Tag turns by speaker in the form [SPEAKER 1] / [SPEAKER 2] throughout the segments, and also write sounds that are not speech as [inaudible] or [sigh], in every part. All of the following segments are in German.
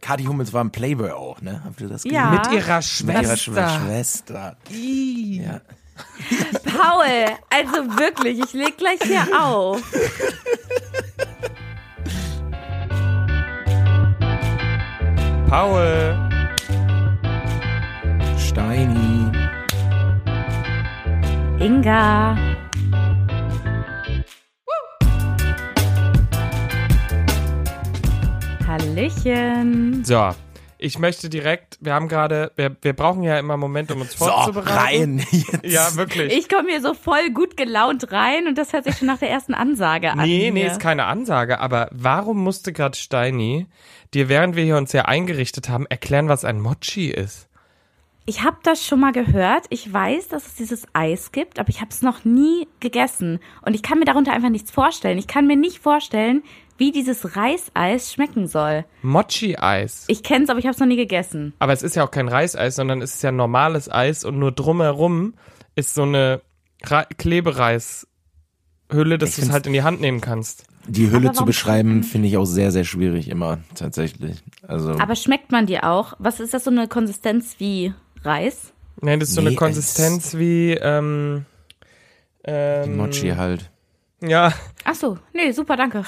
[SPEAKER 1] Kathi Hummels war ein Playboy auch, ne? Habt ihr das gesehen?
[SPEAKER 2] Ja.
[SPEAKER 1] Mit
[SPEAKER 2] Ah.
[SPEAKER 3] Mit ihrer
[SPEAKER 1] ihrer
[SPEAKER 3] Schwester.
[SPEAKER 1] Schw- Schwester.
[SPEAKER 3] Ih.
[SPEAKER 1] Ja.
[SPEAKER 2] Paul, also wirklich, ich leg gleich hier auf.
[SPEAKER 3] Paul.
[SPEAKER 1] Steini.
[SPEAKER 2] Inga. Hallöchen.
[SPEAKER 3] So, ich möchte direkt, wir haben gerade, wir, wir brauchen ja immer einen Moment, um uns
[SPEAKER 1] So,
[SPEAKER 3] vorzubereiten.
[SPEAKER 1] rein jetzt.
[SPEAKER 3] Ja, wirklich.
[SPEAKER 2] Ich komme hier so voll gut gelaunt rein und das hört sich schon nach der ersten Ansage an.
[SPEAKER 3] Nee, nee,
[SPEAKER 2] hier.
[SPEAKER 3] ist keine Ansage, aber warum musste gerade Steini dir, während wir hier uns ja eingerichtet haben, erklären, was ein Mochi ist?
[SPEAKER 2] Ich habe das schon mal gehört. Ich weiß, dass es dieses Eis gibt, aber ich habe es noch nie gegessen. Und ich kann mir darunter einfach nichts vorstellen. Ich kann mir nicht vorstellen, wie dieses Reiseis schmecken soll.
[SPEAKER 3] Mochi-Eis.
[SPEAKER 2] Ich kenne es, aber ich habe es noch nie gegessen.
[SPEAKER 3] Aber es ist ja auch kein Reiseis, sondern es ist ja normales Eis und nur drumherum ist so eine Ra Klebereishülle, dass du es
[SPEAKER 1] find's-
[SPEAKER 3] halt in die Hand nehmen kannst.
[SPEAKER 1] Die Hülle zu
[SPEAKER 2] warum-
[SPEAKER 1] beschreiben, finde ich auch sehr, sehr schwierig immer, tatsächlich. Also,
[SPEAKER 2] Aber schmeckt man die auch? Was ist das so eine Konsistenz wie Reis?
[SPEAKER 3] Nee, das ist so
[SPEAKER 1] Nee,
[SPEAKER 3] eine
[SPEAKER 1] es-
[SPEAKER 3] Konsistenz wie, ähm, ähm,
[SPEAKER 1] Mochi halt.
[SPEAKER 3] ja,
[SPEAKER 2] Ach so, nee, super, danke.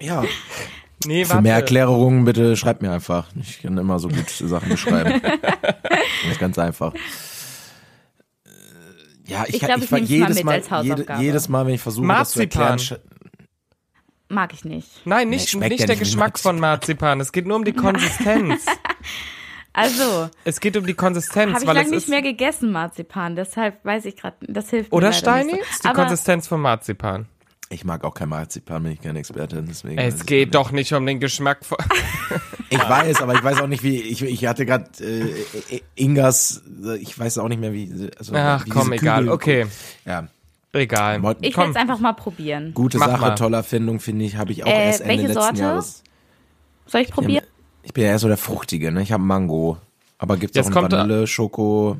[SPEAKER 1] Ja.
[SPEAKER 3] nee,
[SPEAKER 1] Für mehr
[SPEAKER 3] warte.
[SPEAKER 1] Erklärungen bitte schreibt mir einfach. Ich kann immer so gut Sachen beschreiben.
[SPEAKER 2] [laughs]
[SPEAKER 1] das ist ganz einfach. Äh, Ja, ich,
[SPEAKER 2] Ich
[SPEAKER 1] kann-
[SPEAKER 2] glaub, ich
[SPEAKER 1] ver-
[SPEAKER 2] nehm's mal
[SPEAKER 1] jedes
[SPEAKER 2] mit als
[SPEAKER 1] jede,
[SPEAKER 2] Hausaufgabe.
[SPEAKER 1] jedes Mal, wenn ich versuche, das zu
[SPEAKER 3] Marzipan.
[SPEAKER 1] erklären, sch-
[SPEAKER 2] Mag ich nicht.
[SPEAKER 3] Nein, nicht,
[SPEAKER 1] schmeckt
[SPEAKER 3] nicht
[SPEAKER 1] ja
[SPEAKER 3] der
[SPEAKER 1] nicht wie
[SPEAKER 3] Geschmack von Marzipan. Es geht
[SPEAKER 1] [laughs]
[SPEAKER 3] nur um die Konsistenz. [laughs]
[SPEAKER 2] Also,
[SPEAKER 3] es geht um die Konsistenz,
[SPEAKER 2] habe ich
[SPEAKER 3] weil
[SPEAKER 2] lange
[SPEAKER 3] es
[SPEAKER 2] nicht
[SPEAKER 3] ist.
[SPEAKER 2] mehr gegessen, Marzipan. Deshalb weiß ich gerade, das hilft
[SPEAKER 3] Oder
[SPEAKER 2] mir leider
[SPEAKER 3] Steini?
[SPEAKER 2] Nicht
[SPEAKER 3] Ist
[SPEAKER 2] so.
[SPEAKER 3] die
[SPEAKER 2] Aber
[SPEAKER 3] Konsistenz von Marzipan.
[SPEAKER 1] ich mag auch kein Marzipan, bin ich kein Experte, deswegen.
[SPEAKER 3] Es geht doch nicht um den Geschmack von.
[SPEAKER 1] Ich weiß, aber ich weiß auch nicht, wie ich, ich hatte gerade äh, äh, Ingas, äh, ich weiß auch nicht mehr, wie. Also,
[SPEAKER 3] Ach
[SPEAKER 1] wie diese
[SPEAKER 3] komm, egal.
[SPEAKER 1] Kübel-
[SPEAKER 3] Okay,
[SPEAKER 1] Ja,
[SPEAKER 3] egal.
[SPEAKER 1] Mod-
[SPEAKER 2] ich
[SPEAKER 3] komm.
[SPEAKER 2] werde es einfach mal probieren.
[SPEAKER 1] gute
[SPEAKER 3] Mach
[SPEAKER 1] Sache,
[SPEAKER 3] mal.
[SPEAKER 1] tolle Erfindung, finde ich, habe ich auch
[SPEAKER 2] Äh,
[SPEAKER 1] erst Ende
[SPEAKER 2] welche
[SPEAKER 1] letzten
[SPEAKER 2] Sorte?
[SPEAKER 1] Jahres.
[SPEAKER 2] Soll ich probieren?
[SPEAKER 1] Ich bin ja eher so der Fruchtige, ne? Ich habe Mango. Aber gibt's
[SPEAKER 3] Jetzt
[SPEAKER 1] auch in
[SPEAKER 3] kommt-
[SPEAKER 1] Vanille, Schoko.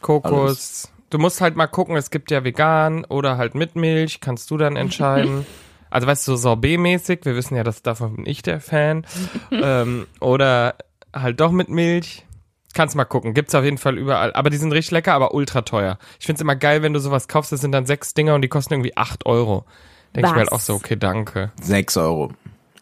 [SPEAKER 3] Kokos. Du musst halt mal gucken, es gibt ja vegan oder halt mit Milch, kannst du dann entscheiden. Also weißt du, so Sorbet-mäßig, wir wissen ja, dass davon bin ich der Fan. ähm, oder halt doch mit Milch. Kannst mal gucken, gibt's auf jeden Fall überall. Aber die sind richtig lecker, aber ultra teuer. Ich find's immer geil, wenn du sowas kaufst, das sind dann sechs Dinger und die kosten irgendwie acht Euro. Denke ich mir halt auch
[SPEAKER 2] Was?
[SPEAKER 3] so, okay, danke.
[SPEAKER 1] 6 Euro.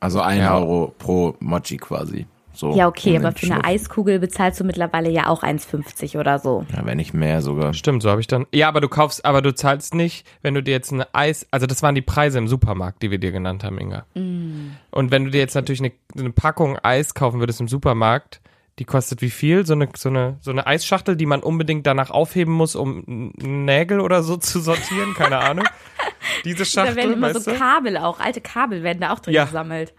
[SPEAKER 1] Also 1
[SPEAKER 3] Ja.
[SPEAKER 1] Euro pro Mochi quasi. So.
[SPEAKER 2] Ja, okay,
[SPEAKER 1] Im
[SPEAKER 2] aber für eine
[SPEAKER 1] Schnitt.
[SPEAKER 2] Eiskugel bezahlst du mittlerweile ja auch 1,50 oder so.
[SPEAKER 1] Ja, wenn nicht mehr sogar.
[SPEAKER 3] Stimmt, so habe ich dann. Ja, aber du kaufst, aber du zahlst nicht, wenn du dir jetzt eine Eis. Also das waren die Preise im Supermarkt, die wir dir genannt haben, Inga.
[SPEAKER 2] Mm.
[SPEAKER 3] Und wenn du dir jetzt natürlich eine, eine Packung Eis kaufen würdest im Supermarkt, die kostet wie viel? So eine, so, eine, so eine Eisschachtel, die man unbedingt danach aufheben muss, um N- Nägel oder so zu sortieren,
[SPEAKER 2] [laughs]
[SPEAKER 3] keine Ahnung. Diese
[SPEAKER 2] Da
[SPEAKER 3] Schachtel,
[SPEAKER 2] werden immer
[SPEAKER 3] weißt
[SPEAKER 2] so
[SPEAKER 3] du?
[SPEAKER 2] Kabel auch, alte Kabel werden da auch drin
[SPEAKER 3] Ja.
[SPEAKER 2] gesammelt.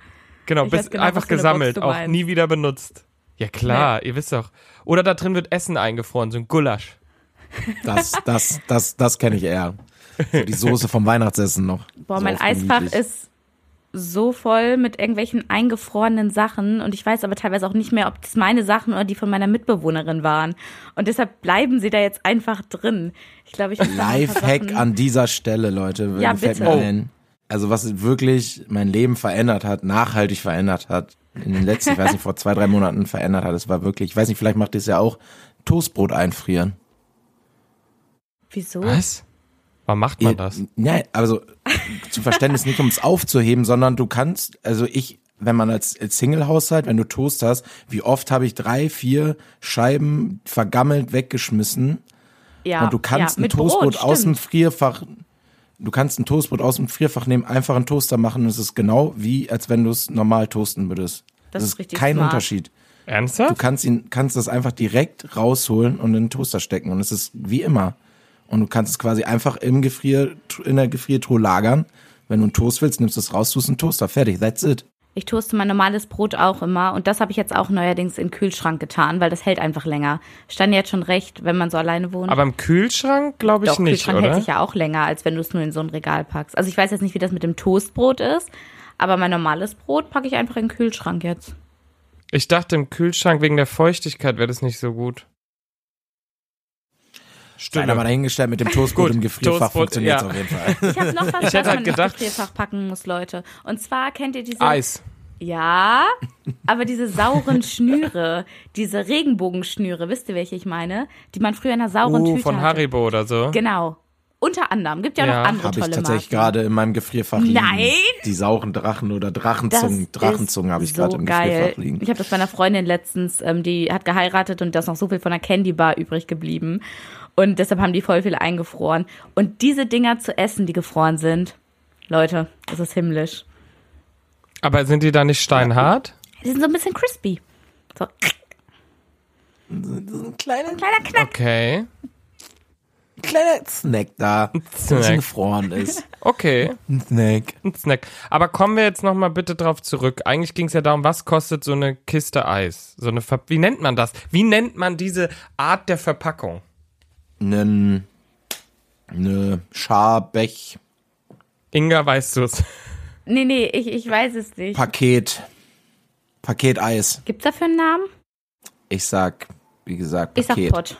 [SPEAKER 3] Genau,
[SPEAKER 2] Ich
[SPEAKER 3] bis
[SPEAKER 2] weiß genau,
[SPEAKER 3] einfach
[SPEAKER 2] was für eine
[SPEAKER 3] gesammelt,
[SPEAKER 2] Box du
[SPEAKER 3] auch
[SPEAKER 2] meinst.
[SPEAKER 3] nie wieder benutzt. Ja klar, ihr wisst doch. Oder da drin wird Essen eingefroren, so ein Gulasch.
[SPEAKER 1] Das, das, das, das kenne ich eher. So die Soße vom Weihnachtsessen noch.
[SPEAKER 2] Boah,
[SPEAKER 1] so
[SPEAKER 2] mein
[SPEAKER 1] oft
[SPEAKER 2] Eisfach
[SPEAKER 1] gemütlich.
[SPEAKER 2] ist so voll mit irgendwelchen eingefrorenen Sachen und ich weiß aber teilweise auch nicht mehr, ob das meine Sachen oder die von meiner Mitbewohnerin waren. Und deshalb bleiben sie da jetzt einfach drin. Ich glaube, ich muss da mal ein paar
[SPEAKER 1] Lifehack
[SPEAKER 2] Sachen-
[SPEAKER 1] an dieser Stelle, Leute.
[SPEAKER 2] Ja,
[SPEAKER 1] fällt
[SPEAKER 2] bitte.
[SPEAKER 1] mir ein. Also was wirklich mein Leben verändert hat, nachhaltig verändert hat, in den letzten, ich weiß nicht, vor zwei, drei Monaten verändert hat. Es war wirklich, ich weiß nicht, vielleicht macht ihr es ja auch, Toastbrot einfrieren.
[SPEAKER 2] Wieso?
[SPEAKER 3] Was? Warum macht man
[SPEAKER 1] Ihr-
[SPEAKER 3] das?
[SPEAKER 1] Nein, also zu Verständnis nicht, um es aufzuheben, sondern du kannst, also ich, wenn man als, als Single-Haushalt, wenn du Toast hast, wie oft habe ich drei, vier Scheiben vergammelt weggeschmissen
[SPEAKER 2] Ja,
[SPEAKER 1] und du kannst ein
[SPEAKER 2] ja, mit
[SPEAKER 1] Toastbrot
[SPEAKER 2] Brot,
[SPEAKER 1] aus dem
[SPEAKER 2] stimmt.
[SPEAKER 1] Frierfach, du kannst ein Toastbrot aus dem Frierfach nehmen, einfach einen Toaster machen und es ist genau wie, als wenn du es normal toasten würdest.
[SPEAKER 2] Das ist richtig
[SPEAKER 1] kein
[SPEAKER 2] smart. Hm?
[SPEAKER 1] Unterschied. Du
[SPEAKER 3] Ernsthaft?
[SPEAKER 1] kannst ihn, kannst das einfach direkt rausholen und in den Toaster stecken und es ist wie immer. Und du kannst es quasi einfach im Gefrier, in der Gefriertruhe lagern. Wenn du einen Toast willst, nimmst du es raus, tust einen Toaster. Fertig, that's it.
[SPEAKER 2] Ich toaste mein normales Brot auch immer und das habe ich jetzt auch neuerdings in den Kühlschrank getan, weil das hält einfach länger. Stand jetzt schon recht, wenn man so alleine wohnt.
[SPEAKER 3] Aber im Kühlschrank glaube ich
[SPEAKER 2] Doch,
[SPEAKER 3] nicht,
[SPEAKER 2] Kühlschrank hält
[SPEAKER 3] oder?
[SPEAKER 2] sich ja auch länger, als wenn du es nur in so ein Regal packst. Also ich weiß jetzt nicht, wie das mit dem Toastbrot ist, aber mein normales Brot packe ich einfach in den Kühlschrank jetzt.
[SPEAKER 3] Ich dachte, im Kühlschrank wegen der Feuchtigkeit wäre das nicht so gut.
[SPEAKER 1] Stimmt.
[SPEAKER 3] Stimmt.
[SPEAKER 1] aber dahingestellt
[SPEAKER 3] [laughs]
[SPEAKER 1] mit dem Toastbrot
[SPEAKER 3] Genau. Gut,
[SPEAKER 1] im Gefrierfach
[SPEAKER 3] Toastbrot,
[SPEAKER 1] funktioniert
[SPEAKER 3] ja.
[SPEAKER 1] auf jeden Fall.
[SPEAKER 3] [laughs]
[SPEAKER 2] Ich habe noch was, was
[SPEAKER 3] hätte halt
[SPEAKER 2] man ins
[SPEAKER 3] gedacht-
[SPEAKER 2] Gefrierfach packen muss, Leute. Und zwar kennt ihr diese...
[SPEAKER 3] Eis.
[SPEAKER 2] Ja, aber diese sauren Schnüre, diese Regenbogenschnüre, wisst ihr, welche ich meine? Die man früher in einer sauren
[SPEAKER 3] Uh,
[SPEAKER 2] Tüte
[SPEAKER 3] von
[SPEAKER 2] hatte.
[SPEAKER 3] Haribo oder so.
[SPEAKER 2] Genau. Unter anderem. Gibt ja,
[SPEAKER 3] Ja,
[SPEAKER 2] noch andere
[SPEAKER 1] Habe ich
[SPEAKER 2] tolle
[SPEAKER 1] tatsächlich
[SPEAKER 2] Marken.
[SPEAKER 1] gerade in meinem Gefrierfach liegen.
[SPEAKER 2] Nein!
[SPEAKER 1] Die sauren Drachen oder Drachenzungen.
[SPEAKER 2] Das
[SPEAKER 1] Drachenzungen
[SPEAKER 2] ist
[SPEAKER 1] habe ich gerade
[SPEAKER 2] so
[SPEAKER 1] im
[SPEAKER 2] geil.
[SPEAKER 1] Gefrierfach liegen.
[SPEAKER 2] Ich habe das bei einer Freundin letztens, ähm, die hat geheiratet und da ist noch so viel von der Candy Bar übrig geblieben. Und deshalb haben die voll viele eingefroren. Und diese Dinger zu essen, die gefroren sind, Leute, das ist himmlisch.
[SPEAKER 3] Aber sind die da nicht steinhart?
[SPEAKER 2] Die sind so ein bisschen crispy. So,
[SPEAKER 1] Ein kleiner,
[SPEAKER 2] kleiner Knack.
[SPEAKER 3] Okay.
[SPEAKER 1] kleiner Snack da, der
[SPEAKER 3] Snack.
[SPEAKER 1] gefroren ist.
[SPEAKER 3] Okay,
[SPEAKER 1] [laughs] Ein Snack.
[SPEAKER 3] ein Snack. Aber kommen wir jetzt nochmal bitte drauf zurück. Eigentlich ging es ja darum, was kostet so eine Kiste Eis? So eine Ver Wie nennt man das? Wie nennt man diese Art der Verpackung?
[SPEAKER 1] Nen, ne Schabech
[SPEAKER 3] Inga, weißt du es?
[SPEAKER 1] Oh.
[SPEAKER 2] Nee, nee, ich, ich weiß es nicht.
[SPEAKER 1] Paket. Paket Eis.
[SPEAKER 2] Gibt's dafür einen Namen?
[SPEAKER 1] Ich sag, wie gesagt,
[SPEAKER 2] Ich sag
[SPEAKER 1] Paket.
[SPEAKER 2] Pott.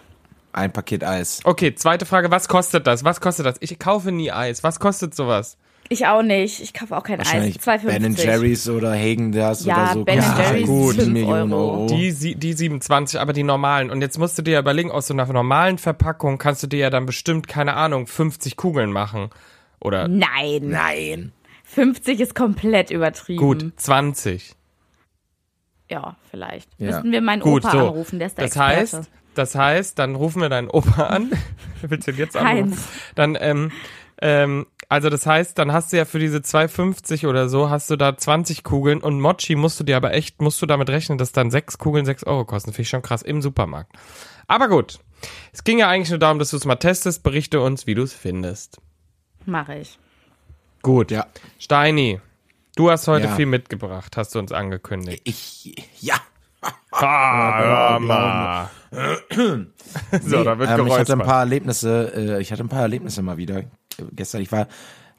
[SPEAKER 1] Ein Paket Eis.
[SPEAKER 3] Okay, zweite Frage, was kostet das? Was kostet das? Ich kaufe nie Eis. Was kostet soways?
[SPEAKER 2] Ich auch nicht. Ich kaufe auch kein Eis.
[SPEAKER 1] Wahrscheinlich Ben
[SPEAKER 2] 2,50.
[SPEAKER 1] Jerry's oder Hagen das
[SPEAKER 2] Ja,
[SPEAKER 1] oder so.
[SPEAKER 2] Ben
[SPEAKER 1] keine
[SPEAKER 3] Jerry's
[SPEAKER 1] Ahnung,
[SPEAKER 3] gut.
[SPEAKER 1] sieben
[SPEAKER 2] fünf
[SPEAKER 1] Millionen
[SPEAKER 2] Euro.
[SPEAKER 1] Euro.
[SPEAKER 3] Die, sie- die 27, aber die normalen. Und jetzt musst du dir ja überlegen, aus so einer normalen Verpackung kannst du dir ja dann bestimmt, keine Ahnung, 50 Kugeln machen. Oder
[SPEAKER 2] Mhm. Nein.
[SPEAKER 1] Nein.
[SPEAKER 2] 50 ist komplett übertrieben.
[SPEAKER 3] gut, 20.
[SPEAKER 2] Ja, vielleicht.
[SPEAKER 1] Ja.
[SPEAKER 2] Müssten wir meinen
[SPEAKER 3] Gut,
[SPEAKER 2] Opa
[SPEAKER 3] so.
[SPEAKER 2] anrufen, der ist der
[SPEAKER 3] Das
[SPEAKER 2] Experte.
[SPEAKER 3] heißt, das heißt, dann rufen wir deinen Opa an. [laughs] Willst du ihn jetzt anrufen?
[SPEAKER 2] Heinz.
[SPEAKER 3] Dann, ähm, ähm, also das heißt, dann hast du ja für diese 2,50 oder so, hast du da 20 Kugeln und Mochi musst du dir aber echt, musst du damit rechnen, dass dann sechs Kugeln 6 Euro kosten. Finde ich schon krass im Supermarkt. Aber gut. Es ging ja eigentlich nur darum, dass du es mal testest, berichte uns, wie du es findest.
[SPEAKER 2] Mache ich.
[SPEAKER 3] Gut.
[SPEAKER 1] Ja.
[SPEAKER 3] Steini, du hast heute
[SPEAKER 1] Ja.
[SPEAKER 3] viel mitgebracht, hast du uns angekündigt.
[SPEAKER 1] Ich, ja.
[SPEAKER 3] Ah,
[SPEAKER 1] mal.
[SPEAKER 3] [clears throat] So, da
[SPEAKER 1] genau, ähm, ich
[SPEAKER 3] wird
[SPEAKER 1] hatte ein
[SPEAKER 3] geräuspert.
[SPEAKER 1] paar Erlebnisse, äh, ich hatte ein paar Erlebnisse mal wieder. Äh, Gestern, ich war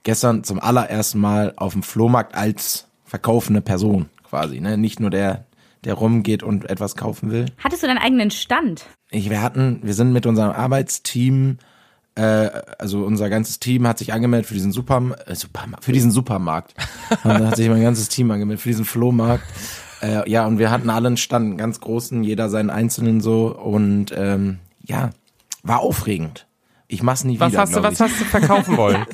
[SPEAKER 1] gestern zum allerersten Mal auf dem Flohmarkt als verkaufende Person quasi, ne? Nicht nur der, der rumgeht und etwas kaufen will.
[SPEAKER 2] Hattest du deinen eigenen Stand?
[SPEAKER 1] Ich, wir hatten, wir sind mit unserem Arbeitsteam, äh, also unser ganzes Team hat sich angemeldet für diesen Superm äh, Supermarkt, für diesen Supermarkt.
[SPEAKER 3] [laughs]
[SPEAKER 1] und dann hat sich mein ganzes Team angemeldet für diesen Flohmarkt. Äh, ja, und wir hatten alle einen Stand, einen ganz großen, jeder seinen einzelnen so. Und ähm, ja, war aufregend. Ich Äh, mach's nie
[SPEAKER 3] Was
[SPEAKER 1] wieder.
[SPEAKER 3] hast du,
[SPEAKER 1] glaub
[SPEAKER 3] was hast du
[SPEAKER 1] [laughs]
[SPEAKER 3] verkaufen wollen?